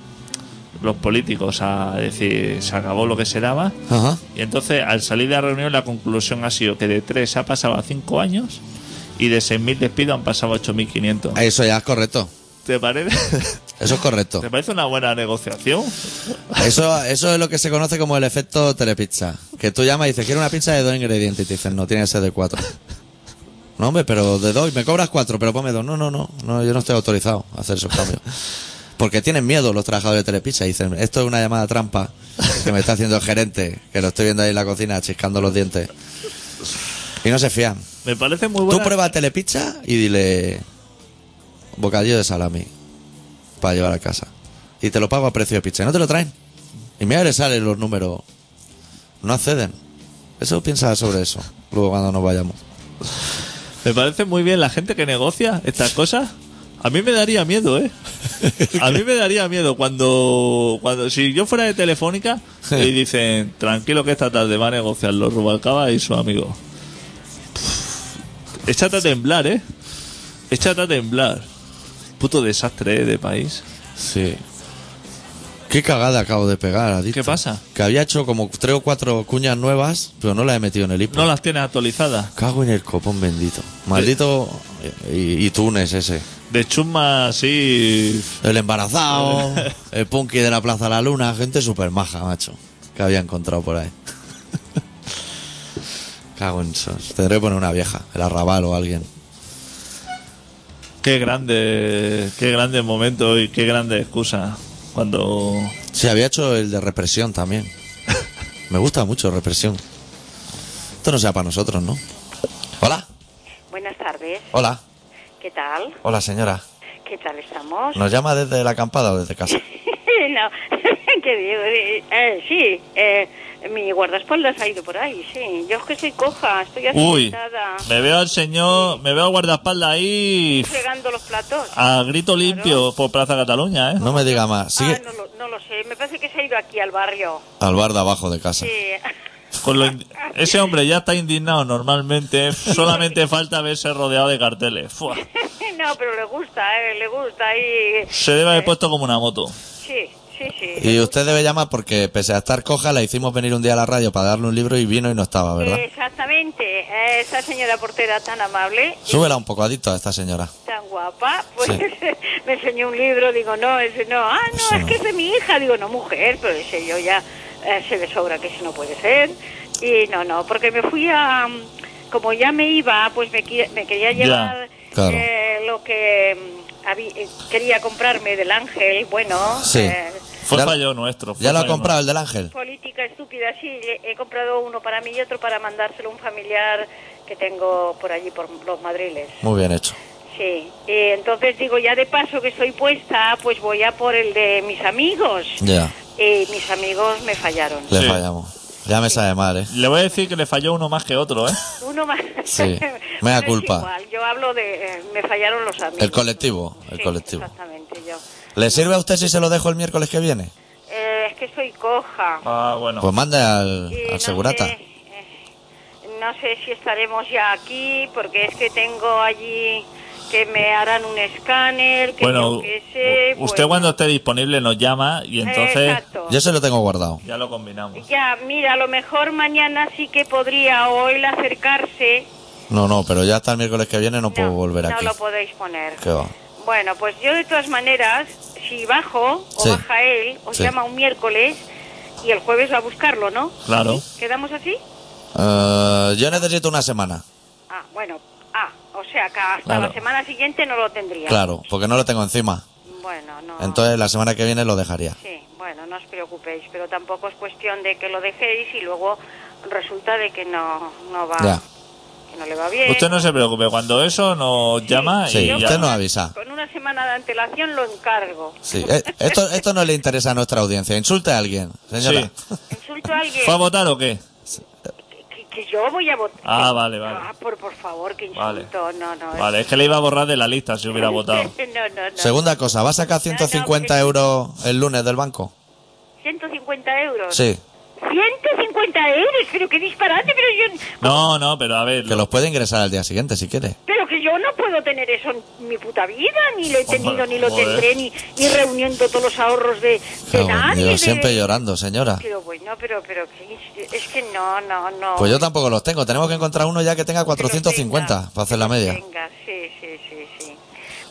Speaker 2: los políticos a decir se acabó lo que se daba.
Speaker 1: Ajá.
Speaker 2: Y entonces, al salir de la reunión, la conclusión ha sido que de 3 ha pasado a 5 años y de 6.000 despidos han pasado a 8.500.
Speaker 1: Eso ya es correcto.
Speaker 2: ¿Te parece?
Speaker 1: Eso es correcto.
Speaker 2: ¿Te parece una buena negociación?
Speaker 1: Eso, eso es lo que se conoce como el efecto telepizza. Que tú llamas y dices, quiero una pizza de dos ingredientes. Y te dicen, no, tiene que ser de cuatro. No, hombre, pero de dos. Y me cobras cuatro, pero ponme dos. No, no, no. no yo no estoy autorizado a hacer esos cambios. Porque tienen miedo los trabajadores de telepizza. Y dicen, esto es una llamada trampa que me está haciendo el gerente. Que lo estoy viendo ahí en la cocina chiscando los dientes. Y no se fían.
Speaker 2: Me parece muy
Speaker 1: Tú
Speaker 2: buena.
Speaker 1: prueba telepizza y dile bocadillo de salami para llevar a casa. Y te lo pago a precio de pizza. Y no te lo traen. Y mira que le salen los números. No acceden. Eso piensa sobre eso. Luego cuando nos vayamos.
Speaker 2: Me parece muy bien la gente que negocia estas cosas. A mí me daría miedo, ¿eh? A mí me daría miedo cuando, cuando si yo fuera de Telefónica
Speaker 1: Sí.
Speaker 2: y dicen, tranquilo que esta tarde va a negociar los Rubalcaba y su amigo. Pff, Échate a temblar, ¿eh? Échate a temblar. Puto desastre ¿eh? de país.
Speaker 1: Sí. Qué cagada acabo de pegar, adicto.
Speaker 2: ¿Qué pasa?
Speaker 1: Que había hecho como tres o cuatro cuñas nuevas, pero no las he metido en el hipo.
Speaker 2: No las tienes actualizadas.
Speaker 1: Cago en el copón bendito. Maldito eh, y, y Túnez ese.
Speaker 2: De chusma, sí.
Speaker 1: El embarazado, el punky de la Plaza de la Luna, gente súper maja, macho, que había encontrado por ahí. Cago en sos. Tendré que poner una vieja, el arrabal o alguien.
Speaker 2: Qué grande, qué grande momento y qué grande excusa. Cuando
Speaker 1: Sí, había hecho el de represión también. Me gusta mucho represión. Esto no sea para nosotros, ¿no? Hola,
Speaker 4: Buenas tardes,
Speaker 1: hola,
Speaker 4: ¿qué tal?
Speaker 1: hola señora.
Speaker 4: ¿Qué tal estamos?
Speaker 1: ¿Nos llama desde la acampada o desde casa?
Speaker 4: no, ¿qué digo? Eh, eh, sí, eh, mi guardaespaldas ha ido por ahí, sí. Yo es que soy coja, estoy
Speaker 2: Uy,
Speaker 4: asustada,
Speaker 2: me veo al señor, me veo al guardaespaldas ahí
Speaker 4: fregando los platos.
Speaker 1: Ah,
Speaker 2: a grito limpio por Plaza Cataluña, ¿eh?
Speaker 1: No me diga más.
Speaker 4: Ah,
Speaker 1: Sigue
Speaker 4: no, lo, no lo sé, me parece que se ha ido aquí al barrio.
Speaker 1: al bar de abajo de casa.
Speaker 4: Sí.
Speaker 2: Con lo in- Ese hombre ya está indignado normalmente, ¿eh? solamente falta verse rodeado de carteles. Fua,
Speaker 4: no, pero le gusta, eh, le gusta y...
Speaker 2: Se debe haber puesto como una moto.
Speaker 4: Sí, sí, sí.
Speaker 1: Y usted debe llamar porque, pese a estar coja, la hicimos venir un día a la radio para darle un libro y vino y no estaba, ¿verdad?
Speaker 4: Exactamente, eh, esa señora portera tan amable y
Speaker 1: Súbela un poco adicto a esta señora.
Speaker 4: tan guapa, pues
Speaker 1: Sí.
Speaker 4: me enseñó un libro, digo, no, ese no, ah, no,
Speaker 1: Ese
Speaker 4: es
Speaker 1: no.
Speaker 4: que es de mi hija, digo, no, mujer, pero ese yo ya eh, se le sobra que eso no puede ser, y no, no, porque me fui a, mm, como ya me iba, pues me, qui- me quería llevar
Speaker 1: claro.
Speaker 4: eh, lo que mm, habí- eh, quería comprarme del ángel, bueno,
Speaker 1: Sí.
Speaker 4: eh,
Speaker 2: Fue
Speaker 1: Ya-
Speaker 2: fallo nuestro. fue
Speaker 1: ¿Ya lo ha
Speaker 2: fallo
Speaker 1: comprado el del ángel?
Speaker 4: política estúpida, sí, le- he comprado uno para mí y otro para mandárselo a un familiar que tengo por allí, por los madriles.
Speaker 1: Muy bien hecho.
Speaker 4: Sí, eh, entonces digo, ya de paso que estoy puesta, pues voy a por el de mis amigos.
Speaker 1: Ya,
Speaker 4: Eh, mis amigos me fallaron.
Speaker 1: le
Speaker 2: Sí.
Speaker 1: fallamos. Ya me sabe mal, ¿eh?
Speaker 2: nuestro. Le voy a decir que le falló uno más que otro, ¿eh?
Speaker 4: Uno más.
Speaker 1: Sí, mea
Speaker 4: Bueno, es
Speaker 1: culpa.
Speaker 4: igual, yo hablo de. eh, me fallaron los amigos.
Speaker 1: El colectivo, el
Speaker 4: Sí,
Speaker 1: colectivo.
Speaker 4: Exactamente, yo.
Speaker 1: ¿Le sirve a usted si se lo dejo el miércoles que viene?
Speaker 4: Eh, es que soy coja.
Speaker 2: Ah, bueno.
Speaker 1: Pues mande al,
Speaker 4: Y
Speaker 1: al
Speaker 4: no
Speaker 1: segurata.
Speaker 4: sé, eh, No sé si estaremos ya aquí, porque es que tengo allí que me harán un escáner, que
Speaker 2: Bueno,
Speaker 4: yo qué sé.
Speaker 2: usted
Speaker 4: bueno.
Speaker 2: cuando esté disponible nos llama y entonces
Speaker 4: Exacto.
Speaker 1: Yo se lo tengo guardado.
Speaker 2: ya lo combinamos.
Speaker 4: Ya, mira, a lo mejor mañana sí que podría o él acercarse.
Speaker 1: No, no, pero ya hasta el miércoles que viene no, puedo volver
Speaker 4: no
Speaker 1: aquí.
Speaker 4: lo podéis poner.
Speaker 1: ¿Qué va?
Speaker 4: Bueno, pues yo de todas maneras, si bajo o
Speaker 1: Sí.
Speaker 4: baja él, os
Speaker 1: Sí.
Speaker 4: llama un miércoles y el jueves va a buscarlo, ¿no?
Speaker 2: Claro.
Speaker 4: ¿Quedamos así?
Speaker 1: Eh, yo necesito una semana.
Speaker 4: Ah, bueno. Ah, o sea, que hasta
Speaker 1: Claro.
Speaker 4: la semana siguiente no lo tendría.
Speaker 1: Claro, porque no lo tengo encima.
Speaker 4: Bueno, no.
Speaker 1: Entonces la semana que viene lo dejaría.
Speaker 4: Sí, bueno, no os preocupéis, pero tampoco es cuestión de que lo dejéis y luego resulta de que no, no va.
Speaker 1: Ya.
Speaker 4: Que no le va bien.
Speaker 2: Usted no se preocupe, cuando eso nos llama
Speaker 1: Sí,
Speaker 2: y ya.
Speaker 1: usted nos avisa.
Speaker 4: Con una semana de antelación lo encargo.
Speaker 1: Sí, eh, esto, esto no le interesa a nuestra audiencia. Insulte a alguien, señora.
Speaker 4: Insulto a alguien.
Speaker 2: ¿Fue a votar o qué?
Speaker 4: Que, que yo voy a votar.
Speaker 2: Ah, vale, vale.
Speaker 4: Ah, por, por favor, que
Speaker 2: Vale.
Speaker 4: insulto. No, no.
Speaker 2: Vale, es que le iba a borrar de la lista si hubiera votado.
Speaker 4: no, no, no.
Speaker 1: Segunda cosa, ¿va a sacar 150 euros el lunes del banco?
Speaker 4: 150 euros.
Speaker 1: Sí.
Speaker 4: 150 euros, pero qué disparate, pero yo...
Speaker 2: No, no, pero a ver.
Speaker 1: Que los puede ingresar al día siguiente si quiere.
Speaker 4: Pero que yo no puedo tener eso en mi puta vida, ni lo he
Speaker 2: Hombre,
Speaker 4: tenido, ni lo
Speaker 2: joder.
Speaker 4: tendré, ni, ni reuniendo todos los ahorros de, de
Speaker 1: Cago en
Speaker 4: nadie.
Speaker 1: Dios,
Speaker 4: de-
Speaker 1: siempre llorando, señora.
Speaker 4: Pero bueno, pero, pero que- es que no, no, no.
Speaker 1: Pues yo tampoco los tengo. Tenemos que encontrar uno ya que tenga
Speaker 4: Que los
Speaker 1: 450
Speaker 4: tenga,
Speaker 1: para hacer la
Speaker 4: que los
Speaker 1: media.
Speaker 4: tenga, sí, sí, sí, sí.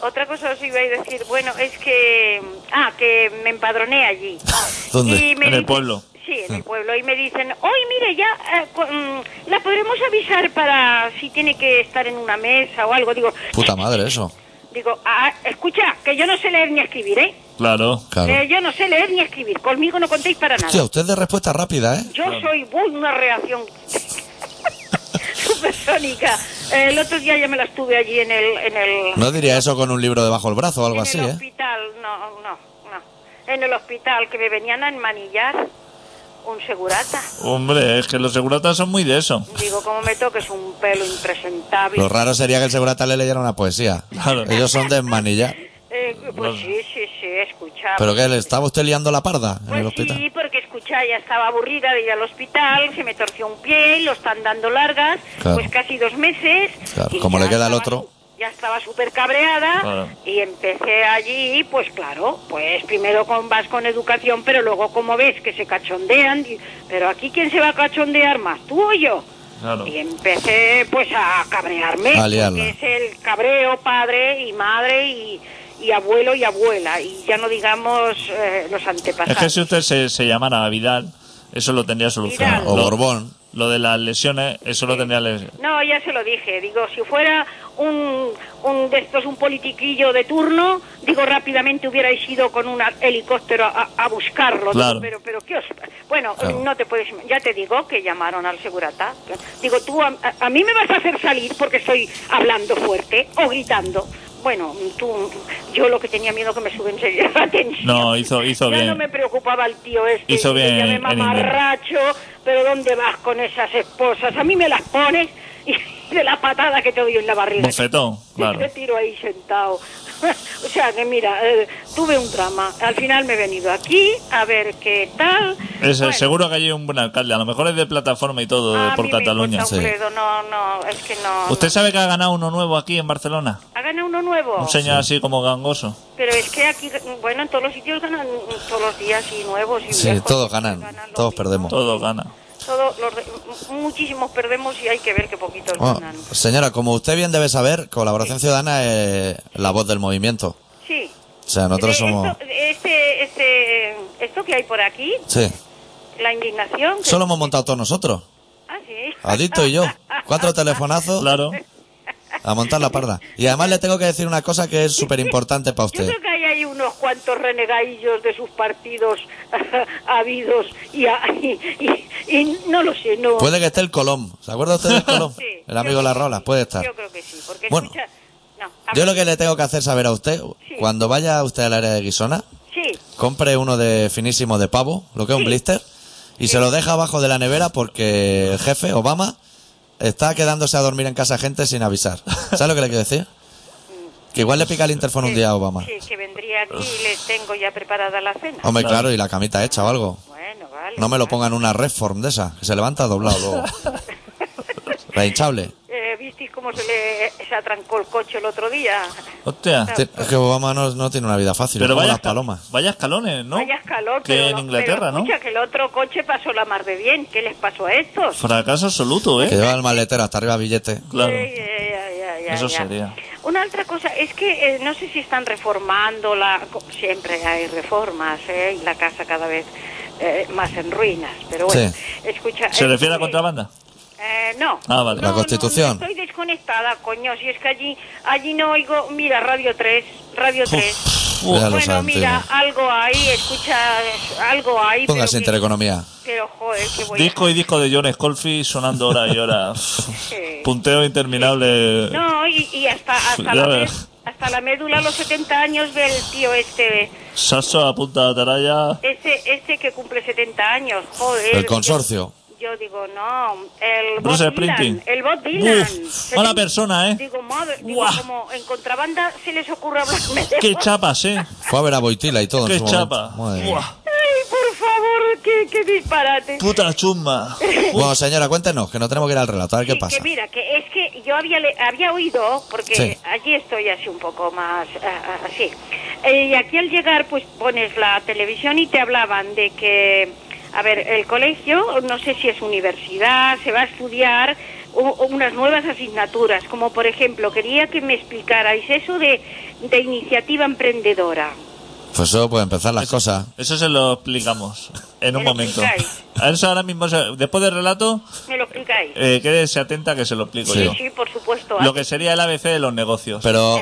Speaker 4: Otra cosa os iba a decir, bueno, es que... Ah, que me empadroné allí.
Speaker 1: ¿Dónde?
Speaker 4: Y me
Speaker 2: En el
Speaker 4: dicen-
Speaker 2: pueblo.
Speaker 4: Sí, en el pueblo. Y me dicen, hoy mire, ya eh, cu- mm, la podremos avisar para si tiene que estar en una mesa o algo. Digo,
Speaker 1: Puta madre, eso.
Speaker 4: digo "Ah, escucha, que yo no sé leer ni escribir, ¿eh?
Speaker 2: Claro.
Speaker 1: Claro.
Speaker 4: Eh, yo no sé leer ni escribir. Conmigo no contéis para nada.
Speaker 1: Hostia, usted de respuesta rápida, ¿eh?
Speaker 4: Yo soy bu- una reacción supersónica. Eh, El otro día ya me las tuve allí en el en el,
Speaker 1: No diría eso con un libro debajo del brazo o algo
Speaker 4: en
Speaker 1: así,
Speaker 4: el
Speaker 1: ¿eh?
Speaker 4: hospital, no, no, no. En el hospital que me venían a enmanillar un segurata.
Speaker 2: Hombre, es que los seguratas son muy de eso.
Speaker 4: Digo, como me toques un pelo impresentable.
Speaker 1: Lo raro sería que el segurata le leyera una poesía.
Speaker 2: Claro.
Speaker 1: Ellos son de manilla.
Speaker 4: Eh, pues
Speaker 2: Los-
Speaker 4: sí, sí, sí, escuchaba.
Speaker 1: ¿Pero qué? ¿Le estaba usted liando la parda en el
Speaker 4: Pues sí,
Speaker 1: hospital?
Speaker 4: porque escucha, ya estaba aburrida de ir al hospital, se me torció un pie, lo están dando largas,
Speaker 1: Claro.
Speaker 4: pues casi dos meses.
Speaker 1: Claro,
Speaker 4: y
Speaker 1: como
Speaker 4: ya
Speaker 1: le queda al
Speaker 4: estaba
Speaker 1: otro.
Speaker 4: su- Ya estaba súper cabreada
Speaker 2: Claro.
Speaker 4: y empecé allí, pues claro, pues primero con, vas con educación, pero luego como ves que se cachondean, di- pero aquí quién se va a cachondear más, tú o yo.
Speaker 2: Claro.
Speaker 4: Y empecé pues a cabrearme,
Speaker 1: A liarla.
Speaker 4: porque es el cabreo padre y madre y, y abuelo y abuela, y ya no digamos eh, los
Speaker 2: Es
Speaker 4: antepasados.
Speaker 2: que si usted se, se llamara Vidal, eso lo tendría solucionado.
Speaker 4: Vidal.
Speaker 1: O
Speaker 2: Lo-
Speaker 1: Borbón.
Speaker 2: Lo de las lesiones, eso lo tendría les-
Speaker 4: No, ya se lo dije. Digo, si fuera un, un de estos, un politiquillo de turno, digo, rápidamente hubierais ido con un helicóptero a, a buscarlo. Digo,
Speaker 2: Claro.
Speaker 4: pero, pero, ¿qué os...? Bueno,
Speaker 1: Claro.
Speaker 4: no te puedes... Ya te digo que llamaron al segurata. Digo, tú a, a- a mí me vas a hacer salir porque estoy hablando fuerte o gritando. Bueno, tú, yo lo que tenía miedo que me suben enseguida la tensión.
Speaker 2: No, hizo, hizo
Speaker 4: Ya no
Speaker 2: bien.
Speaker 4: me preocupaba el tío este.
Speaker 2: Hizo
Speaker 4: que
Speaker 2: bien
Speaker 4: ya me
Speaker 2: en
Speaker 4: mamarracho, pero ¿dónde vas con esas esposas? A mí me las pones y de la patada que te doy en la barriga.
Speaker 2: Bofetón, claro.
Speaker 4: Te tiro ahí sentado. o sea que mira, eh, tuve un drama. Al final me he venido aquí a ver qué tal.
Speaker 2: Es-
Speaker 4: Bueno, Ah,
Speaker 2: Seguro que allí hay un buen alcalde. A lo mejor es de plataforma y todo,
Speaker 4: a
Speaker 2: de por
Speaker 4: mí me
Speaker 2: Cataluña.
Speaker 4: importa un bledo, No, no, es que no.
Speaker 2: ¿Usted
Speaker 4: no.
Speaker 2: sabe que ha ganado uno nuevo aquí en Barcelona?
Speaker 4: ¿Ha ganado uno nuevo?
Speaker 2: Un señor así como gangoso.
Speaker 4: Pero es que aquí, bueno, en todos los sitios ganan todos los días y nuevos y
Speaker 1: Sí,
Speaker 4: viejos,
Speaker 1: todos
Speaker 4: y
Speaker 1: ganan,
Speaker 4: lo
Speaker 1: todos
Speaker 4: mismo.
Speaker 1: perdemos.
Speaker 2: Todo gana.
Speaker 4: Todo, los de- m- muchísimos perdemos y hay que ver que poquitos
Speaker 1: Bueno,
Speaker 4: ganan.
Speaker 1: Oh, señora, como usted bien debe saber, Colaboración Ciudadana es la voz del movimiento.
Speaker 4: Sí.
Speaker 1: O sea, nosotros
Speaker 4: De
Speaker 1: somos...
Speaker 4: Esto, de este, este, esto que hay por aquí,
Speaker 1: Sí.
Speaker 4: la indignación. que-
Speaker 1: Solo hemos montado todos nosotros.
Speaker 4: Ah, sí.
Speaker 1: Adicto y yo. Cuatro telefonazos
Speaker 2: Claro.
Speaker 1: a montar la parda. Y además le tengo que decir una cosa que es súper importante para
Speaker 4: Yo
Speaker 1: usted.
Speaker 4: creo que ahí hay unos cuantos renegadillos de sus partidos habidos y, a- y, y- y no lo sé, no.
Speaker 1: Puede que esté el Colón. ¿Se acuerda usted del Colón?
Speaker 4: Sí,
Speaker 1: El amigo
Speaker 4: yo-
Speaker 1: de las rolas, puede estar.
Speaker 4: Yo creo que sí, porque
Speaker 1: Bueno.
Speaker 4: escucha- no, a-
Speaker 1: Yo lo que le tengo que hacer saber a usted, cuando vaya usted al área de Guisona,
Speaker 4: Sí,
Speaker 1: compre uno de finísimo de pavo, lo que es un
Speaker 4: Sí.
Speaker 1: blister, y se lo deja abajo de la nevera porque el jefe, Obama, está quedándose a dormir en casa gente sin avisar. ¿Sabes lo que le quiero decir? Que igual le pica el interfono un día a Obama.
Speaker 4: sí, que vendría aquí y les tengo ya preparada la cena.
Speaker 1: Hombre, claro, y la camita hecha o algo.
Speaker 4: Bueno, vale.
Speaker 1: No me lo
Speaker 4: vale.
Speaker 1: pongan una reform de esa, que se levanta doblado luego. La hinchable.
Speaker 4: Eh, ¿Visteis cómo se le se atrancó el coche el otro día?
Speaker 2: Hostia.
Speaker 1: Ti- Es que Obama no, no tiene una vida fácil, es
Speaker 2: Pero
Speaker 1: como
Speaker 2: vaya,
Speaker 1: las
Speaker 2: esca-
Speaker 1: palomas.
Speaker 2: vaya escalones, ¿no?
Speaker 4: Vaya calor.
Speaker 2: Que en Inglaterra,
Speaker 4: pero
Speaker 2: ¿no?
Speaker 4: Escucha, que el otro coche pasó la mar de bien. ¿Qué les pasó a estos?
Speaker 2: Fracaso absoluto,
Speaker 1: Que
Speaker 2: ¿eh?
Speaker 1: lleva el maletero hasta arriba billete.
Speaker 2: Claro.
Speaker 4: Ay, ay, ay, ay, ay,
Speaker 2: Eso
Speaker 4: ay.
Speaker 2: sería.
Speaker 4: Una otra cosa es que eh, no sé si están reformando la. co- Siempre hay reformas, ¿eh? Y la casa cada vez eh, más en ruinas. Pero bueno, escucha.
Speaker 2: ¿Se
Speaker 4: eh,
Speaker 2: refiere a
Speaker 4: eh,
Speaker 2: contrabanda?
Speaker 4: Eh, no.
Speaker 2: Ah, vale.
Speaker 4: No,
Speaker 1: La
Speaker 4: no,
Speaker 1: Constitución.
Speaker 4: no, estoy desconectada, coño. Si es que allí, allí no oigo. Mira, Radio 3. Radio 3.
Speaker 1: Uf, ya lo
Speaker 4: bueno,
Speaker 1: saben,
Speaker 4: mira,
Speaker 1: tío.
Speaker 4: algo hay, escucha, es- algo hay.
Speaker 1: Póngase
Speaker 4: pero, que-
Speaker 1: intereconomía.
Speaker 4: pero joder, que voy a-
Speaker 2: Disco y disco de John Scolfi sonando hora y hora.
Speaker 4: Sí.
Speaker 2: Punteo interminable.
Speaker 4: No, y, y hasta, hasta,
Speaker 2: Ya
Speaker 4: la
Speaker 2: ves.
Speaker 4: med- hasta la médula los 70 años del tío este,
Speaker 2: Sasso a punta de ataraya.
Speaker 4: este, este que cumple 70 años, joder.
Speaker 1: El consorcio.
Speaker 4: Yo, yo digo, no, el Bob
Speaker 2: Bruce
Speaker 4: Dylan,
Speaker 2: Springsteen.
Speaker 4: el Bob Dylan.
Speaker 2: Uf, mala persona, ¿eh?
Speaker 4: Digo, madre, digo,
Speaker 2: Guau.
Speaker 4: como en contrabanda se les ocurre hablarme de
Speaker 2: Qué
Speaker 4: Bob-
Speaker 2: chapas, ¿eh?
Speaker 1: Fue a ver a Boitila y todo en
Speaker 2: Qué
Speaker 1: su
Speaker 2: chapa.
Speaker 1: momento. Madre mía.
Speaker 2: Buah.
Speaker 4: Ay, por favor, qué, qué disparate.
Speaker 2: Puta chumba.
Speaker 1: Bueno, señora, cuéntenos, que no tenemos que ir al relato, a ver qué
Speaker 4: Sí,
Speaker 1: pasa.
Speaker 4: Que mira, que es que yo había, le- había oído, porque
Speaker 1: Sí.
Speaker 4: allí estoy así un poco más ah, ah, así. Eh, y aquí al llegar, pues pones la televisión y te hablaban de que, a ver, el colegio, no sé si es universidad, se va a estudiar u- unas nuevas asignaturas, como por ejemplo, quería que me explicarais eso de, de iniciativa emprendedora.
Speaker 1: Pues eso, pues empezar las cosas.
Speaker 2: Eso se lo explicamos en un
Speaker 4: Me lo
Speaker 2: momento.
Speaker 4: explicáis.
Speaker 2: A eso ahora mismo, se- después del relato,
Speaker 4: ¿Me lo explicáis?
Speaker 2: eh, quédese atenta que se lo explico
Speaker 1: Sí.
Speaker 2: yo.
Speaker 4: Sí, por supuesto. Eh,
Speaker 2: Lo que sería el ABC de los negocios.
Speaker 1: Pero,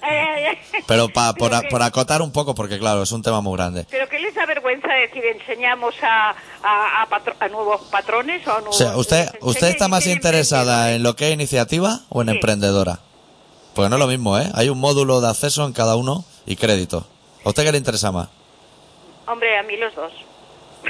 Speaker 4: Ay, ay, ay.
Speaker 1: pero pa- por, a-
Speaker 4: Pero que-
Speaker 1: por acotar un poco, porque claro, es un tema muy grande.
Speaker 4: ¿Pero qué les da vergüenza decir enseñamos a, a, a patro- a nuevos patrones o a
Speaker 1: O
Speaker 4: nuevos...
Speaker 1: sea, ¿usted,
Speaker 4: les enseña
Speaker 1: ¿usted está
Speaker 4: y
Speaker 1: más
Speaker 4: ser
Speaker 1: interesada en lo que es iniciativa o en
Speaker 4: Sí.
Speaker 1: emprendedora? Pues no es lo mismo, ¿eh? Hay un módulo de acceso en cada uno y crédito. ¿A usted qué le interesa más?
Speaker 4: emprendedores? Hombre, a mí los dos.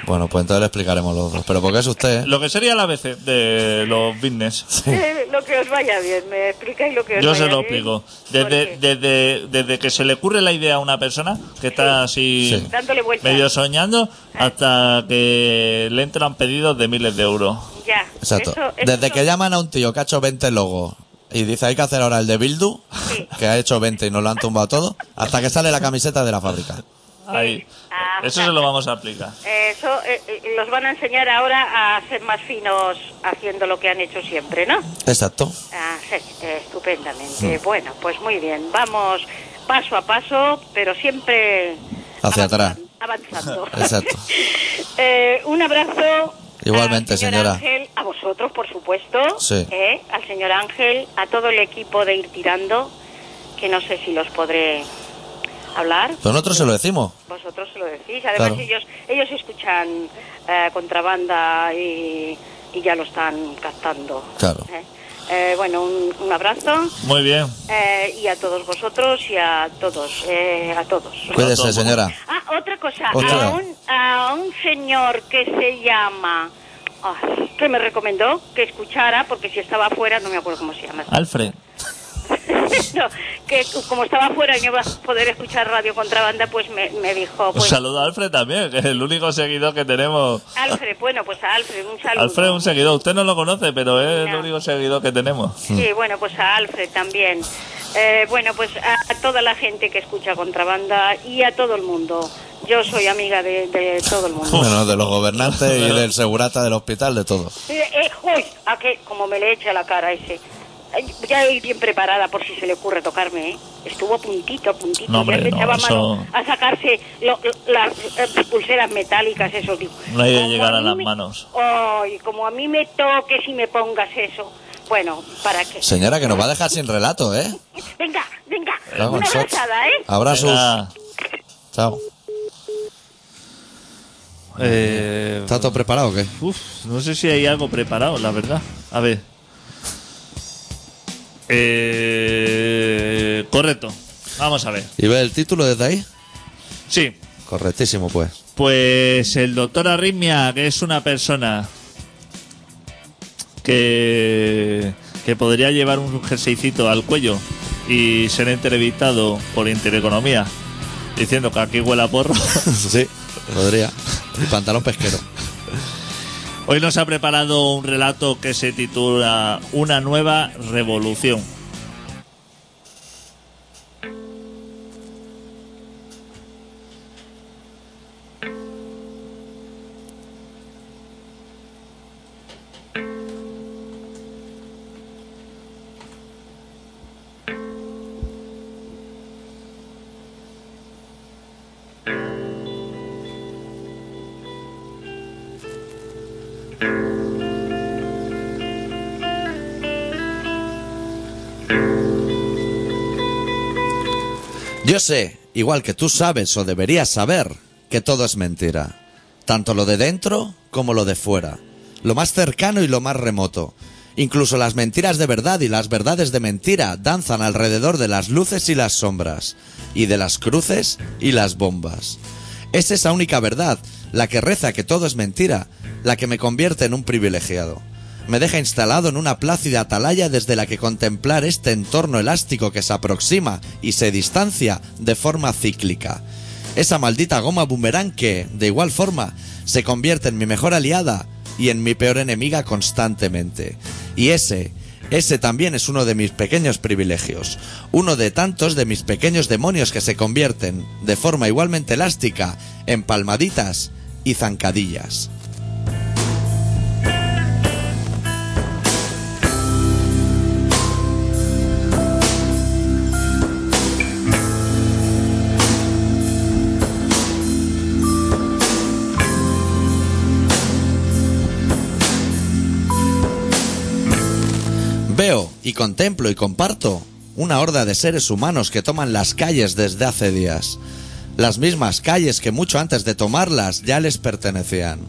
Speaker 1: Bueno, pues entonces le explicaremos los dos. Pero porque es usted, ¿eh?
Speaker 2: Lo que sería el ABC de los business.
Speaker 4: Eh, lo que os vaya bien, me explicáis lo que os
Speaker 2: Yo
Speaker 4: vaya
Speaker 2: se lo
Speaker 4: bien.
Speaker 2: explico.
Speaker 4: porque
Speaker 2: Desde, desde, desde que se le ocurre la idea a una persona que está así
Speaker 1: Sí.
Speaker 4: Dándole vueltas.
Speaker 2: medio soñando
Speaker 4: Ah.
Speaker 2: hasta que le entran pedidos de miles de euros.
Speaker 4: Ya.
Speaker 1: Exacto.
Speaker 4: Eso- eso-
Speaker 1: Desde que llaman a un tío que ha hecho 20 logos y dice hay que hacer ahora el de Bildu,
Speaker 4: Sí.
Speaker 1: que ha hecho 20 y nos lo han tumbado todo, hasta que sale la camiseta de la fábrica.
Speaker 2: Ahí.
Speaker 4: Ah,
Speaker 2: Eso se lo vamos a aplicar.
Speaker 4: Eso eh, eh, los van a enseñar ahora a ser más finos haciendo lo que han hecho siempre, ¿no?
Speaker 1: Exacto.
Speaker 4: Ah, sí, eh,
Speaker 1: Mm.
Speaker 4: estupendamente. Bueno, pues muy bien. Vamos paso a paso, pero siempre...
Speaker 1: Hacia
Speaker 4: avanzan-
Speaker 1: atrás.
Speaker 4: Avanzando.
Speaker 1: Exacto.
Speaker 4: Eh, un abrazo.
Speaker 1: Igualmente,
Speaker 4: al señor
Speaker 1: señora.
Speaker 4: Ángel, a vosotros, por supuesto.
Speaker 1: Sí.
Speaker 4: ¿eh? Al señor Ángel, a todo el equipo de Ir Tirando, que no sé si los podré hablar.
Speaker 1: Pero nosotros se lo decimos.
Speaker 4: Vosotros se lo decís. Además,
Speaker 1: Claro.
Speaker 4: ellos, ellos escuchan eh, contrabanda y, y ya lo están captando.
Speaker 1: Claro.
Speaker 4: ¿eh? Eh, bueno, un, un abrazo.
Speaker 2: Muy bien.
Speaker 4: eh, y a todos vosotros y a todos, eh, a todos.
Speaker 1: Cuídese,
Speaker 2: Otro.
Speaker 1: señora.
Speaker 4: Ah, otra cosa.
Speaker 1: Otra.
Speaker 4: A, un, a un señor que se llama. ay, que me recomendó que escuchara, porque si estaba afuera, no me acuerdo cómo se llama.
Speaker 2: Alfred.
Speaker 4: No, que como estaba afuera y no iba a poder escuchar radio contrabanda, pues me, me dijo.
Speaker 2: Un
Speaker 4: Pues,
Speaker 2: saludo a Alfred también, que es el único seguidor que tenemos.
Speaker 4: Alfred, bueno, pues a Alfred, un saludo.
Speaker 2: Alfred es un seguidor. Usted no lo conoce, pero es el
Speaker 4: No.
Speaker 2: único seguidor que tenemos.
Speaker 4: Sí, bueno, pues a Alfred también. Eh, bueno, pues a, a toda la gente que escucha contrabanda y a todo el mundo. Yo soy amiga de, de todo el mundo.
Speaker 1: Bueno, de los gobernantes y del segurata del hospital, de todo.
Speaker 4: Eh, eh, uy, a que como me le echa la cara ese. Eh, Ya ir bien preparada por si se le ocurre tocarme, ¿eh? Estuvo a puntito, a puntito.
Speaker 2: No, hombre,
Speaker 4: ya se
Speaker 2: no,
Speaker 4: echaba
Speaker 2: eso-
Speaker 4: mano a sacarse lo- lo- las eh, pulseras metálicas, eso digo.
Speaker 2: No hay que
Speaker 4: Como
Speaker 2: llegar a
Speaker 4: mí
Speaker 2: las
Speaker 4: me-
Speaker 2: manos.
Speaker 4: Ay, como a mí me toques y me pongas eso. Bueno, ¿para qué?
Speaker 1: Señora, que nos va a dejar sin relato, ¿eh?
Speaker 4: Venga, venga,
Speaker 1: Dragon
Speaker 4: una
Speaker 1: Shots.
Speaker 4: abrazada, ¿eh?
Speaker 1: Abrazos.
Speaker 2: Venga.
Speaker 1: Chao.
Speaker 2: Eh,
Speaker 1: ¿Está todo preparado o qué?
Speaker 2: Uf, no sé si hay algo preparado, la verdad. A ver. Eh, correcto. Vamos a ver.
Speaker 1: ¿Y ve el título desde ahí?
Speaker 2: Sí.
Speaker 1: Correctísimo, pues.
Speaker 2: Pues el doctor Arritmia, que es una persona que, que podría llevar un jerseycito al cuello y ser entrevistado por Intereconomía diciendo que aquí huele a porro.
Speaker 1: Sí, podría. Y pantalón pesquero.
Speaker 2: Hoy nos ha preparado un relato que se titula Una nueva revolución.
Speaker 1: Yo sé, igual que tú sabes o deberías saber, que todo es mentira. Tanto lo de dentro como lo de fuera. Lo más cercano y lo más remoto. Incluso las mentiras de verdad y las verdades de mentira danzan alrededor de las luces y las sombras, y de las cruces y las bombas. Es esa única verdad, la que reza que todo es mentira, la que me convierte en un privilegiado. Me deja instalado en una plácida atalaya desde la que contemplar este entorno elástico que se aproxima y se distancia de forma cíclica. Esa maldita goma boomerang que, de igual forma, se convierte en mi mejor aliada y en mi peor enemiga constantemente. Y ese, ese también es uno de mis pequeños privilegios. Uno de tantos de mis pequeños demonios que se convierten, de forma igualmente elástica, en palmaditas y zancadillas. Veo y contemplo y comparto una horda de seres humanos que toman las calles desde hace días. Las mismas calles que mucho antes de tomarlas ya les pertenecían.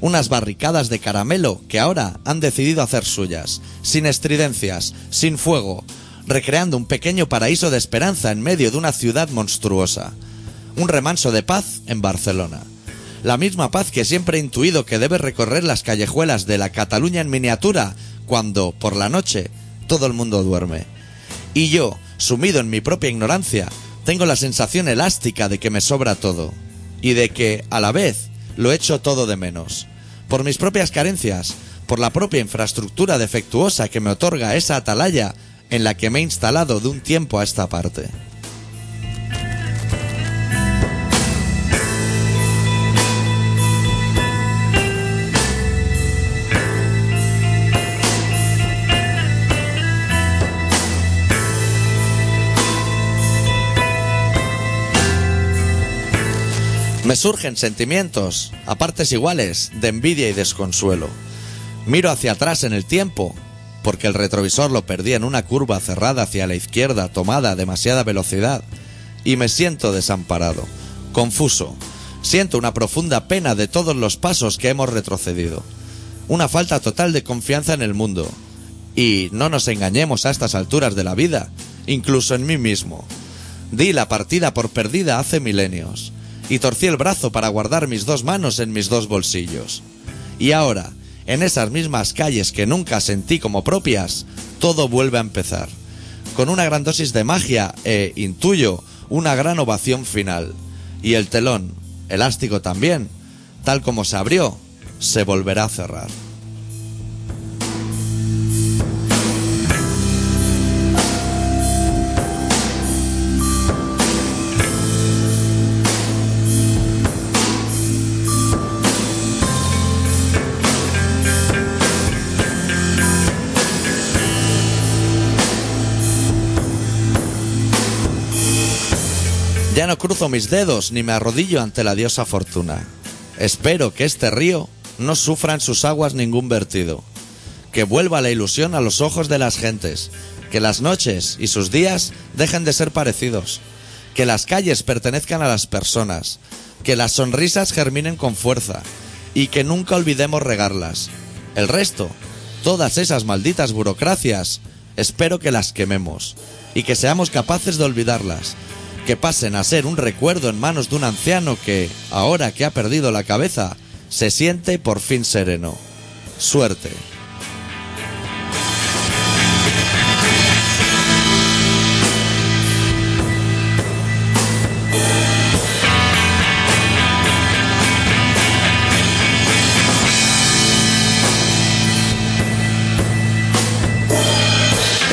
Speaker 1: Unas barricadas de caramelo que ahora han decidido hacer suyas, sin estridencias, sin fuego, recreando un pequeño paraíso de esperanza en medio de una ciudad monstruosa. Un remanso de paz en Barcelona. La misma paz que siempre he intuido que debe recorrer las callejuelas de la Cataluña en miniatura cuando, por la noche, todo el mundo duerme. Y yo, sumido en mi propia ignorancia, tengo la sensación elástica de que me sobra todo. Y de que, a la vez, lo echo todo de menos. Por mis propias carencias, por la propia infraestructura defectuosa que me otorga esa atalaya en la que me he instalado de un tiempo a esta parte. Me surgen sentimientos, a partes iguales, de envidia y desconsuelo. Miro hacia atrás en el tiempo, porque el retrovisor lo perdí en una curva cerrada hacia la izquierda tomada a demasiada velocidad, y me siento desamparado, confuso. Siento una profunda pena de todos los pasos que hemos retrocedido. Una falta total de confianza en el mundo. Y no nos engañemos a estas alturas de la vida, incluso en mí mismo. Di la partida por perdida hace milenios y torcí el brazo para guardar mis dos manos en mis dos bolsillos. Y ahora, en esas mismas calles que nunca sentí como propias, todo vuelve a empezar. Con una gran dosis de magia e, intuyo, una gran ovación final. Y el telón, elástico también, tal como se abrió, se volverá a cerrar. Ya no cruzo mis dedos ni me arrodillo ante la diosa fortuna. Espero que este río no sufra en sus aguas ningún vertido. Que vuelva la ilusión a los ojos de las gentes. Que las noches y sus días dejen de ser parecidos. Que las calles pertenezcan a las personas. Que las sonrisas germinen con fuerza. Y que nunca olvidemos regarlas. El resto, todas esas malditas burocracias, espero que las quememos. Y que seamos capaces de olvidarlas que pasen a ser un recuerdo en manos de un anciano que, ahora que ha perdido la cabeza, se siente por fin sereno. Suerte.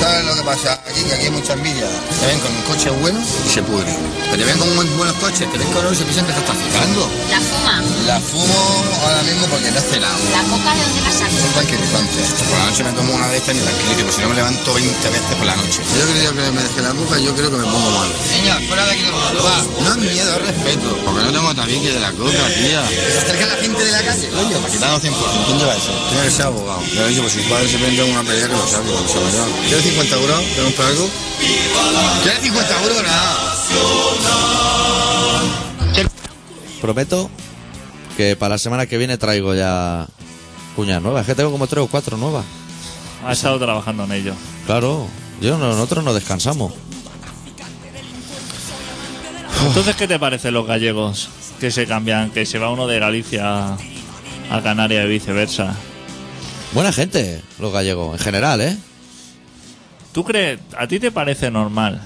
Speaker 5: ¿Sabes lo que pasa? Aquí que aquí hay mucha envidia. Te ven con coches buenos y se pudre. Que te ven con buen- buenos coches, te ven con oro y se piensan que estás traficando.
Speaker 6: La fuma.
Speaker 5: La fumo ahora mismo porque no he cenado.
Speaker 6: La coca de dónde la sacas.
Speaker 5: Un tranquilizante. Por la noche me tomo una de estas y me tranquilizo, si no me levanto 20 veces por la noche. Yo creo que me dejé la coca, yo creo que me pongo mal. Señor, fuera de aquí de va. No es miedo, es respeto. Porque no tengo tabique de la coca, tía. Se acerca la gente de la calle, coño. Para quitarnos 100 por ¿Quién lleva eso? Tiene que ser abogado. Yo he dicho, pues si padre se prende una pelea que lo sabe, que lo sabe yo. ¿Quieres 50 euros? ¿Tenemos para algo? ¿Quieres 50 euros? Nada.
Speaker 1: Prometo que para la semana que viene traigo ya cuñas nuevas. Es que tengo como tres o cuatro nuevas.
Speaker 2: Ha estado trabajando en ello.
Speaker 1: Claro, yo no- nosotros no descansamos.
Speaker 2: Entonces, ¿qué te parece los gallegos que se cambian, que se va uno de Galicia a Canarias y viceversa?
Speaker 1: Buena gente, los gallegos, en general, ¿eh?
Speaker 2: ¿Tú crees, a ti te parece normal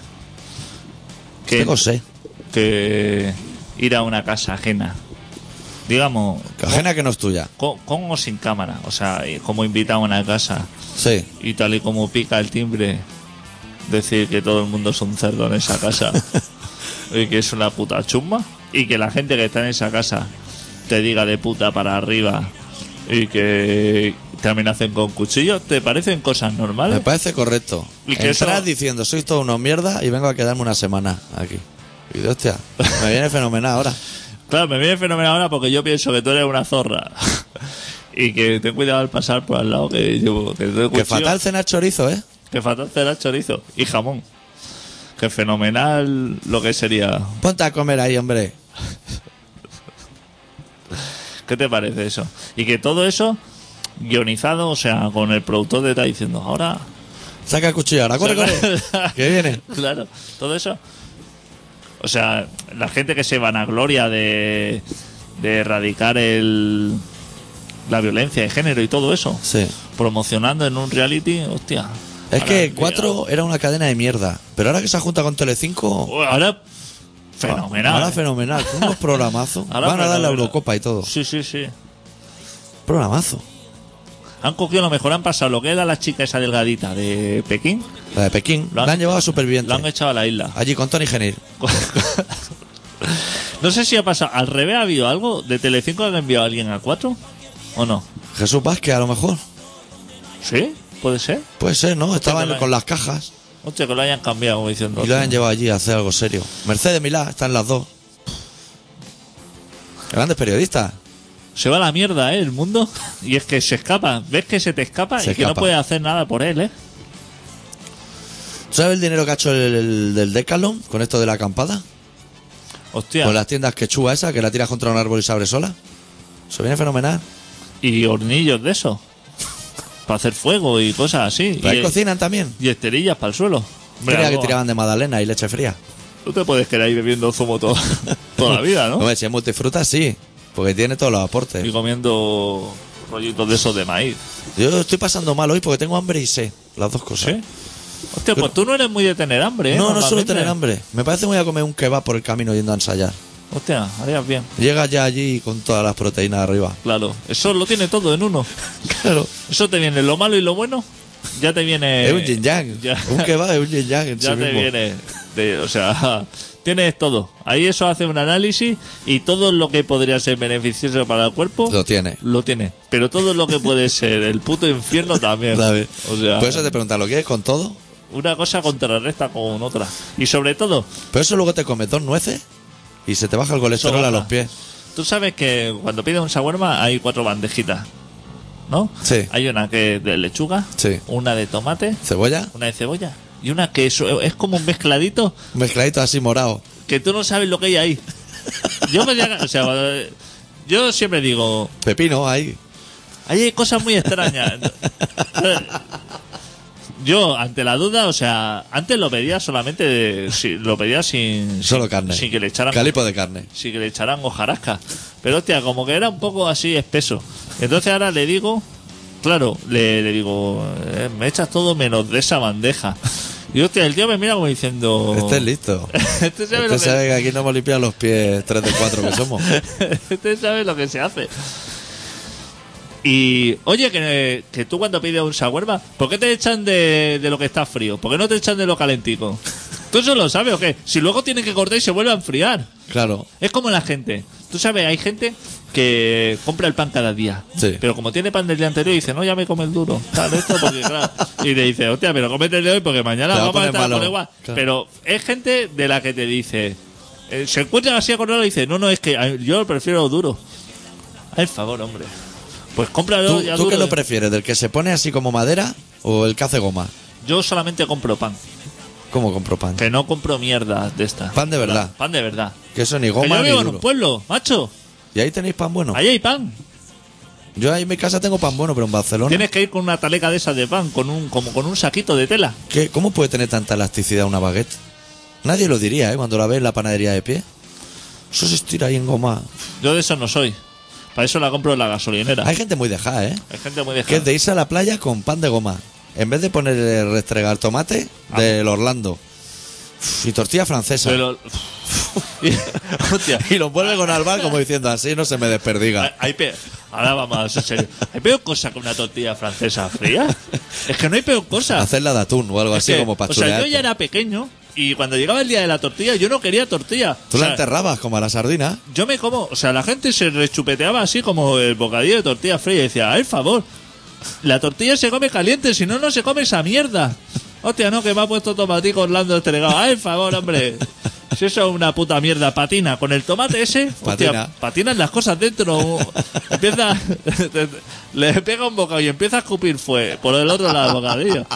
Speaker 2: que,
Speaker 1: Tengo Este sé.
Speaker 2: que ir a una casa ajena? Digamos,
Speaker 1: Ajena que no es tuya.
Speaker 2: con, con o sin cámara, o sea, y como invitado a una casa
Speaker 1: Sí.
Speaker 2: y tal y como pica el timbre, decir que todo el mundo es un cerdo en esa casa y que es una puta chumba y que la gente que está en esa casa te diga de puta para arriba y que te amenacen con cuchillos, ¿te parecen cosas normales?
Speaker 1: Me parece correcto.
Speaker 2: Y que
Speaker 1: Entras
Speaker 2: eso-
Speaker 1: diciendo, sois todos unos mierda y vengo a quedarme una semana aquí. Y de hostia, me viene fenomenal ahora.
Speaker 2: Claro, me viene fenomenal ahora porque yo pienso que tú eres una zorra. y que ten cuidado al pasar por al lado que llevo. Que, tengo
Speaker 1: Que
Speaker 2: cuchillo,
Speaker 1: fatal cenar chorizo, ¿eh?
Speaker 2: Que fatal será chorizo y jamón. Que fenomenal lo que sería.
Speaker 1: Ponte a comer ahí, hombre.
Speaker 2: ¿Qué te parece eso? Y que todo eso guionizado, o sea, con el productor detrás diciendo, ahora.
Speaker 1: Saca el cuchillo ahora, corre, corre. que viene.
Speaker 2: Claro, todo eso. O sea, la gente que se vanagloria de, de erradicar el, la violencia de género y todo eso.
Speaker 1: Sí.
Speaker 2: promocionando en un reality, hostia.
Speaker 1: Es
Speaker 2: Ahora,
Speaker 1: que
Speaker 2: tío,
Speaker 1: 4 era una cadena de mierda. Pero ahora que se junta con Telecinco...
Speaker 2: Ahora. Fenomenal.
Speaker 1: Ahora
Speaker 2: eh.
Speaker 1: fenomenal. Con unos programazos.
Speaker 2: Ahora
Speaker 1: Van a dar la
Speaker 2: fenomenal.
Speaker 1: Eurocopa y todo.
Speaker 2: Sí, sí, sí.
Speaker 1: Programazo.
Speaker 2: Han cogido lo mejor, han pasado lo que era la chica esa delgadita de Pekín.
Speaker 1: La de Pekín.
Speaker 2: Lo han-
Speaker 1: la han llevado a superviviente.
Speaker 2: La han echado a la isla.
Speaker 1: Allí con Tony Genil.
Speaker 2: no sé si ha pasado. Al revés, ¿ha habido algo? ¿De Telecinco han enviado a alguien a 4? ¿O no?
Speaker 1: Jesús Vázquez, a lo mejor.
Speaker 2: ¿Sí? ¿Puede ser?
Speaker 1: Puede ser, ¿no? Estaban
Speaker 2: no, no.
Speaker 1: con las cajas
Speaker 2: Hostia, que lo hayan cambiado, como diciendo.
Speaker 1: y lo han
Speaker 2: hostia.
Speaker 1: llevado allí a hacer algo serio. Mercedes Milá, están las dos. Grandes periodistas.
Speaker 2: Se va a la mierda, ¿eh? El mundo. Y es que se escapa. ¿Ves que se te escapa?
Speaker 1: Se
Speaker 2: y que no
Speaker 1: escapa.
Speaker 2: puedes hacer nada por él, ¿eh?
Speaker 1: ¿Sabes el dinero que ha hecho el, el- del Decathlon con esto de la acampada?
Speaker 2: Hostia.
Speaker 1: Con Pues las tiendas quechua esa, que la tiras contra un árbol y se abre sola. Se viene fenomenal.
Speaker 2: y hornillos de eso para hacer fuego y cosas así
Speaker 1: Pero ahí
Speaker 2: y,
Speaker 1: cocinan también.
Speaker 2: y esterillas para el suelo Hombre,
Speaker 1: Creía que
Speaker 2: algo-
Speaker 1: tiraban de magdalena y leche fría.
Speaker 2: tú te puedes quedar ahí bebiendo zumo todo, toda la vida ¿no?
Speaker 1: Hombre, si es multifruta, sí. Porque tiene todos los aportes.
Speaker 2: y comiendo rollitos de esos de maíz
Speaker 1: Yo estoy pasando mal hoy porque tengo hambre y sé. Las dos cosas.
Speaker 2: ¿sí? hostia pues tú no eres muy de tener hambre ¿eh?
Speaker 1: No, no suelo
Speaker 2: Normalmente.
Speaker 1: tener hambre. Me parece que voy a comer un kebab por el camino yendo a ensayar.
Speaker 2: hostia harías bien
Speaker 1: Llegas ya allí con todas las proteínas arriba.
Speaker 2: claro eso lo tiene todo en uno
Speaker 1: Claro.
Speaker 2: eso te viene lo malo y lo bueno ya te viene
Speaker 1: es un yin yang.
Speaker 2: Eh, ya,
Speaker 1: Un kebab es un yin yang en
Speaker 2: ya
Speaker 1: sí
Speaker 2: te
Speaker 1: mismo.
Speaker 2: viene de- o sea tienes todo ahí eso hace un análisis y todo lo que podría ser beneficioso para el cuerpo
Speaker 1: Lo tiene.
Speaker 2: Lo tiene. Pero todo lo que puede ser el puto infierno también.
Speaker 1: ¿Sabes?
Speaker 2: O sea,
Speaker 1: Por Pues eso te preguntan, ¿lo quieres con todo?
Speaker 2: una cosa contrarresta con otra. Y sobre todo,
Speaker 1: Pero eso luego te comes dos nueces y se te baja el colesterol
Speaker 2: baja.
Speaker 1: a los pies.
Speaker 2: tú sabes que cuando pides un shawarma hay cuatro bandejitas. ¿No?
Speaker 1: Sí.
Speaker 2: Hay una que es de lechuga,
Speaker 1: Sí.
Speaker 2: una de tomate,
Speaker 1: Cebolla,
Speaker 2: una de cebolla y una que es, es como un mezcladito
Speaker 1: mezcladito así morado.
Speaker 2: que tú no sabes lo que hay ahí. Yo me llega- o sea, yo siempre digo,
Speaker 1: Pepino ahí.
Speaker 2: Ahí hay cosas muy extrañas. Yo, ante la duda, o sea, antes lo pedía solamente, de- si- lo pedía sin...
Speaker 1: Solo
Speaker 2: sin-
Speaker 1: carne.
Speaker 2: Sin que le echaran...
Speaker 1: Calipo de carne.
Speaker 2: Sin que le echaran hojarasca. Pero hostia, como que era un poco así espeso. Entonces ahora le digo, claro, le, le digo, eh, me echas todo menos de esa bandeja. Y hostia, el tío me mira como diciendo...
Speaker 1: Este es listo.
Speaker 2: Este sabe Oh. lo
Speaker 1: Usted
Speaker 2: que-
Speaker 1: sabe que aquí no hemos limpiado los pies 3 de 4 que somos.
Speaker 2: Usted este sabe lo que se hace. Y oye, que, que tú cuando pides un shawarma, ¿por qué te echan de, de lo que está frío? ¿Por qué no te echan de lo calentico? ¿Tú eso lo sabes o qué? Si luego tienen que cortar y se vuelve a enfriar.
Speaker 1: Claro.
Speaker 2: Es como la gente. Tú sabes, hay gente que compra el pan cada día.
Speaker 1: Sí.
Speaker 2: Pero como tiene pan del día anterior, dice, no, ya me come el duro. Claro, esto porque, claro. Y le dice, hostia, pero cómete el de hoy porque mañana
Speaker 1: Te va a
Speaker 2: vamos a
Speaker 1: poner
Speaker 2: estar
Speaker 1: malo.
Speaker 2: por igual.
Speaker 1: Claro.
Speaker 2: Pero es gente de la que te dice, eh, se encuentra así con y dice, no, no, es que a- yo prefiero duro. Al favor, hombre. Pues cómpralo
Speaker 1: ¿Tú,
Speaker 2: ya
Speaker 1: tú
Speaker 2: duro.
Speaker 1: qué lo prefieres? ¿Del que se pone así como madera o el que hace goma?
Speaker 2: yo solamente compro pan,
Speaker 1: ¿Cómo compro pan?
Speaker 2: que no compro mierda de esta.
Speaker 1: Pan de verdad.
Speaker 2: Pan de verdad.
Speaker 1: Que eso ni
Speaker 2: Que yo
Speaker 1: goma ni
Speaker 2: vivo en un
Speaker 1: duro.
Speaker 2: pueblo, macho.
Speaker 1: Y ahí tenéis pan bueno.
Speaker 2: Ahí hay pan.
Speaker 1: Yo ahí en mi casa tengo pan bueno, pero en Barcelona.
Speaker 2: Tienes que ir con una taleca de esas de pan, con un, como con un saquito de tela.
Speaker 1: ¿Qué- ¿Cómo puede tener tanta elasticidad una baguette? Nadie lo diría, ¿eh? Cuando la ve en la panadería de pie. Eso se estira ahí en goma.
Speaker 2: Yo de eso no soy. Para eso la compro en la gasolinera.
Speaker 1: Hay gente muy dejada, ¿eh?
Speaker 2: Hay gente muy
Speaker 1: Que es
Speaker 2: dejada.
Speaker 1: de irse a la playa con pan de goma. En vez de ponerle restregar tomate del Orlando. Uf, Y tortilla francesa.
Speaker 2: Ah. Pero- Y- Hostia.
Speaker 1: Y lo vuelve con albar como diciendo así no se me
Speaker 2: Hay,
Speaker 1: desperdiga.
Speaker 2: hay pe- Ahora vamos, en serio. ¿Hay peor cosa que una tortilla francesa fría? Es que no hay peor cosa.
Speaker 1: Hacerla de atún o algo
Speaker 2: Ah. Es
Speaker 1: así
Speaker 2: que,
Speaker 1: como
Speaker 2: o
Speaker 1: para
Speaker 2: sea, yo
Speaker 1: chulearte.
Speaker 2: ya era pequeño y cuando llegaba el día de la tortilla yo no quería tortilla.
Speaker 1: Tú
Speaker 2: O
Speaker 1: la
Speaker 2: sea,
Speaker 1: enterrabas como a la sardina.
Speaker 2: yo me como, o sea, la gente se rechupeteaba así como el bocadillo de tortilla fría y decía, ay, favor, la tortilla se come caliente, si no, no se come esa mierda. Hostia, no, que me ha puesto tomatico Orlando estregado. Ay, favor, hombre. Si eso es una puta mierda, patina. Con el tomate ese, hostia,
Speaker 1: Patina.
Speaker 2: patinan las cosas dentro. Empieza, le pega un bocado y empieza a escupir fue por el otro lado del bocadillo.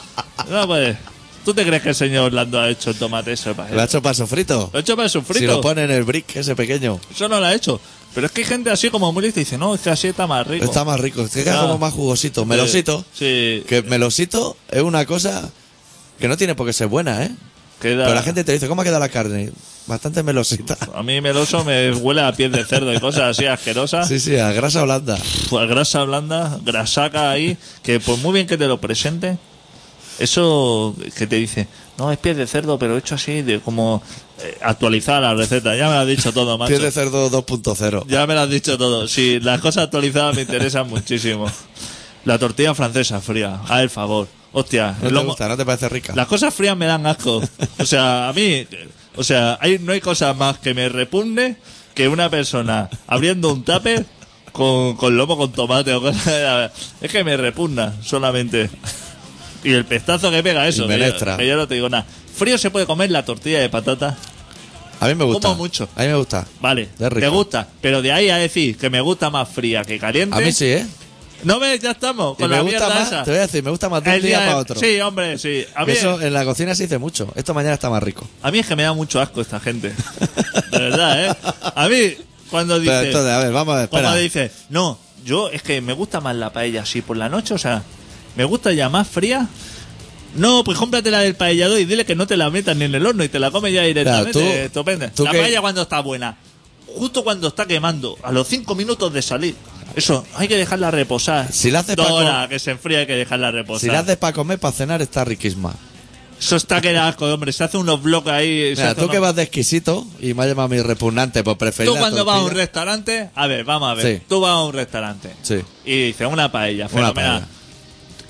Speaker 2: No, pues, ¿tú te crees que el señor Orlando ha hecho el tomate ese? para-
Speaker 1: Lo ha hecho para sofrito.
Speaker 2: Lo ha hecho para el sofrito.
Speaker 1: Si lo pone en el brick ese pequeño.
Speaker 2: Eso no lo ha hecho. Pero es que hay gente así como muy lista y dice, no, es que así está más rico.
Speaker 1: Está más rico. Te queda
Speaker 2: Claro.
Speaker 1: como más jugosito. Melosito.
Speaker 2: Sí.
Speaker 1: Que melosito es una cosa que no tiene por qué ser buena, ¿eh?
Speaker 2: Queda-
Speaker 1: Pero la gente te dice, ¿cómo ha quedado la carne? Bastante melosita.
Speaker 2: A mí meloso me huele a piel de cerdo y cosas así asquerosas.
Speaker 1: Sí, sí, a grasa blanda.
Speaker 2: Pues grasa blanda, grasaca ahí, que por muy bien que te lo presente, eso que te dice, no, es piel de cerdo, pero hecho así, de como eh, actualizada la receta. Ya me lo has dicho todo, macho.
Speaker 1: Pies de cerdo 2.0.
Speaker 2: Ya me lo has dicho todo. Sí, las cosas actualizadas me interesan muchísimo. La tortilla francesa fría, a el favor. Hostia,
Speaker 1: No
Speaker 2: el
Speaker 1: te
Speaker 2: lomo-
Speaker 1: gusta, no te parece rica.
Speaker 2: Las cosas frías me dan asco. O sea, a mí, o sea, hay, no hay cosa más que me repugne que una persona abriendo un tape con, con lomo con tomate o cosas. Es que me repugna solamente. Y el pestazo que pega eso.
Speaker 1: Y
Speaker 2: que yo-
Speaker 1: menestra.
Speaker 2: que yo no te digo nada. Frío se puede comer la tortilla de patata.
Speaker 1: A mí me gusta.
Speaker 2: como mucho.
Speaker 1: A mí me gusta.
Speaker 2: Vale,
Speaker 1: Es rico.
Speaker 2: te gusta. Pero de ahí a decir que me gusta más fría que caliente.
Speaker 1: A mí sí, ¿eh?
Speaker 2: No ves, ya estamos.
Speaker 1: Y
Speaker 2: Con
Speaker 1: me
Speaker 2: la
Speaker 1: gusta
Speaker 2: mierda
Speaker 1: más,
Speaker 2: esa.
Speaker 1: te voy a decir, me gusta más de un
Speaker 2: El
Speaker 1: día,
Speaker 2: día de-
Speaker 1: para otro.
Speaker 2: Sí, hombre, sí. A mí,
Speaker 1: Eso en la cocina se dice mucho. Esto mañana está más rico.
Speaker 2: A mí es que me da mucho asco esta gente. De verdad, ¿eh? A mí, cuando
Speaker 1: Pero
Speaker 2: dice.
Speaker 1: entonces, a ver, vamos a ver,
Speaker 2: cuando
Speaker 1: espera.
Speaker 2: dice, no, yo es que me gusta más la paella así por la noche, o sea, me gusta ya más fría. No, pues cómpratela del paellador y dile que no te la metas ni en el horno y te la comes ya directamente.
Speaker 1: tú-
Speaker 2: Estupendo.
Speaker 1: tú
Speaker 2: la
Speaker 1: que-
Speaker 2: paella cuando está buena, justo cuando está quemando, a los cinco minutos de salir. Eso, hay que dejarla reposar.
Speaker 1: Si la haces
Speaker 2: Dos
Speaker 1: pa' com-
Speaker 2: horas que se enfría hay que dejarla reposar.
Speaker 1: Si la haces para comer, para cenar, está riquísima.
Speaker 2: Eso está que da asco, hombre. Se hace unos bloques ahí. se
Speaker 1: Mira,
Speaker 2: hace
Speaker 1: tú
Speaker 2: unos-
Speaker 1: que vas de exquisito y me ha llamado mi repugnante por preferir.
Speaker 2: Tú
Speaker 1: la
Speaker 2: cuando vas a un
Speaker 1: tortilla.
Speaker 2: restaurante, a ver, vamos a ver,
Speaker 1: Sí.
Speaker 2: tú vas a un restaurante
Speaker 1: Sí.
Speaker 2: y dices una paella, fenomenal.
Speaker 1: paella.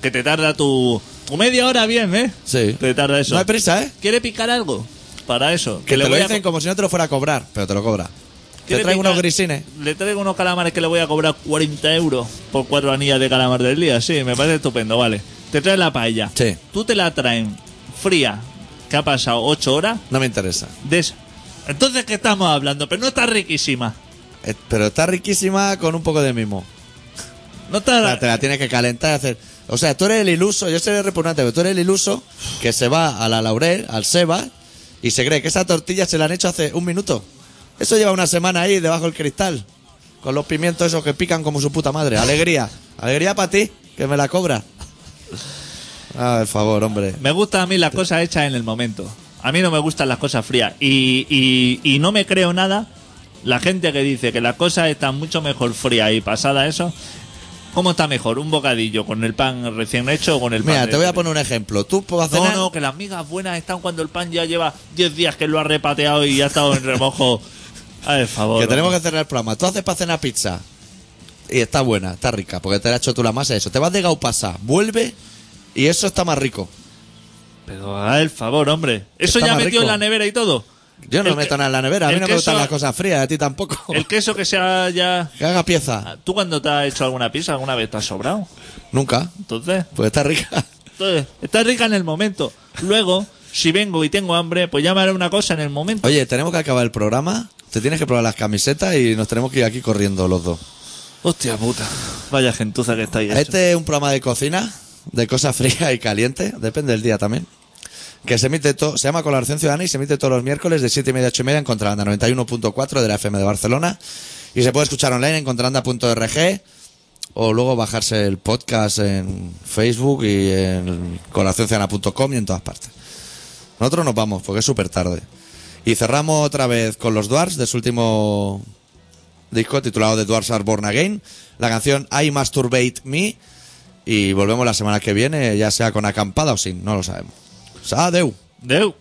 Speaker 2: Que te tarda tu, tu media hora bien, ¿eh?
Speaker 1: Sí.
Speaker 2: Te tarda eso.
Speaker 1: No hay prisa, ¿eh?
Speaker 2: ¿Quiere picar algo? Para eso.
Speaker 1: Que, te lo
Speaker 2: voy a
Speaker 1: dicen
Speaker 2: co-
Speaker 1: como si no te lo fuera a cobrar, pero te lo cobra. Te
Speaker 2: ¿quiere
Speaker 1: traigo unos
Speaker 2: picar?
Speaker 1: grisines.
Speaker 2: Le traigo unos calamares que le voy a cobrar 40 euros por cuatro anillas de calamar del día. Sí, me parece estupendo, vale. Te traen la paella.
Speaker 1: Sí.
Speaker 2: Tú te la traen fría, que ha pasado 8 horas
Speaker 1: No me interesa.
Speaker 2: de esa. Entonces, ¿qué estamos hablando? Pero no está riquísima.
Speaker 1: Eh, Pero está riquísima con un poco de mimo.
Speaker 2: No está...
Speaker 1: O sea, te la tienes que calentar, hacer. O sea, tú eres el iluso, yo soy el repugnante, pero tú eres el iluso que se va a la Laurel, al Seba, y se cree que esa tortilla se la han hecho hace un minuto. Eso lleva una semana ahí debajo del cristal, con los pimientos esos que pican como su puta madre. Alegría, alegría para ti, que me la cobra. Ah, por favor, hombre.
Speaker 2: Me gustan a mí las cosas hechas en el momento. A mí no me gustan las cosas frías. Y, y- y no me creo nada. La gente que dice que las cosas están mucho mejor frías y pasada eso. ¿Cómo está mejor? ¿Un bocadillo con el pan recién hecho o con el pan?
Speaker 1: Mira,
Speaker 2: de-
Speaker 1: te voy a poner un ejemplo. Tú puedes
Speaker 2: No,
Speaker 1: cenar-
Speaker 2: no, que las migas buenas están cuando el pan ya lleva 10 días que lo ha repateado y ya ha estado en remojo. A ver, favor.
Speaker 1: que tenemos que
Speaker 2: hombre.
Speaker 1: cerrar el programa. Tú haces para cenar pizza. Y está buena, está rica, porque te la has hecho tú la masa y eso. Te vas de Gaupasa, vuelve y eso está más rico.
Speaker 2: Pero a ver, favor, hombre. Eso
Speaker 1: Está
Speaker 2: ya
Speaker 1: más
Speaker 2: metió en
Speaker 1: rico.
Speaker 2: la nevera y todo.
Speaker 1: Yo no
Speaker 2: El
Speaker 1: me meto
Speaker 2: que-
Speaker 1: nada en la nevera, a mí
Speaker 2: el
Speaker 1: no me gustan
Speaker 2: queso-
Speaker 1: las cosas frías, a ti tampoco.
Speaker 2: El queso que se haya.
Speaker 1: Que haga pieza.
Speaker 2: ¿Tú cuando te has hecho alguna pizza alguna vez te has sobrado?
Speaker 1: Nunca,
Speaker 2: Entonces.
Speaker 1: pues está rica.
Speaker 2: Entonces, está rica en el momento. Luego, si vengo y tengo hambre, pues ya me haré una cosa en el momento.
Speaker 1: Oye, tenemos que acabar el programa, te tienes que probar las camisetas y nos tenemos que ir aquí corriendo los dos.
Speaker 2: Hostia puta. Vaya gentuza que eh. estáis. hecho.
Speaker 1: Este es un programa de cocina, de cosas frías y calientes, depende del día también. Que se emite todo, se llama Colaboración Ciudadana y se emite todos los miércoles de 7 y media a 8 y media en Contralanda 91.4 de la FM de Barcelona. Y se puede escuchar online en contralanda.org o luego bajarse el podcast en Facebook y en colaboracionciudadana.com y en todas partes. Nosotros nos vamos porque es súper tarde. Y cerramos otra vez con los Dwarfs de su último disco titulado The Dwarfs Are Born Again. La canción I Masturbate Me. Y volvemos la semana que viene, ya sea con acampada o sin, no lo sabemos. Sadeu.
Speaker 2: Deu.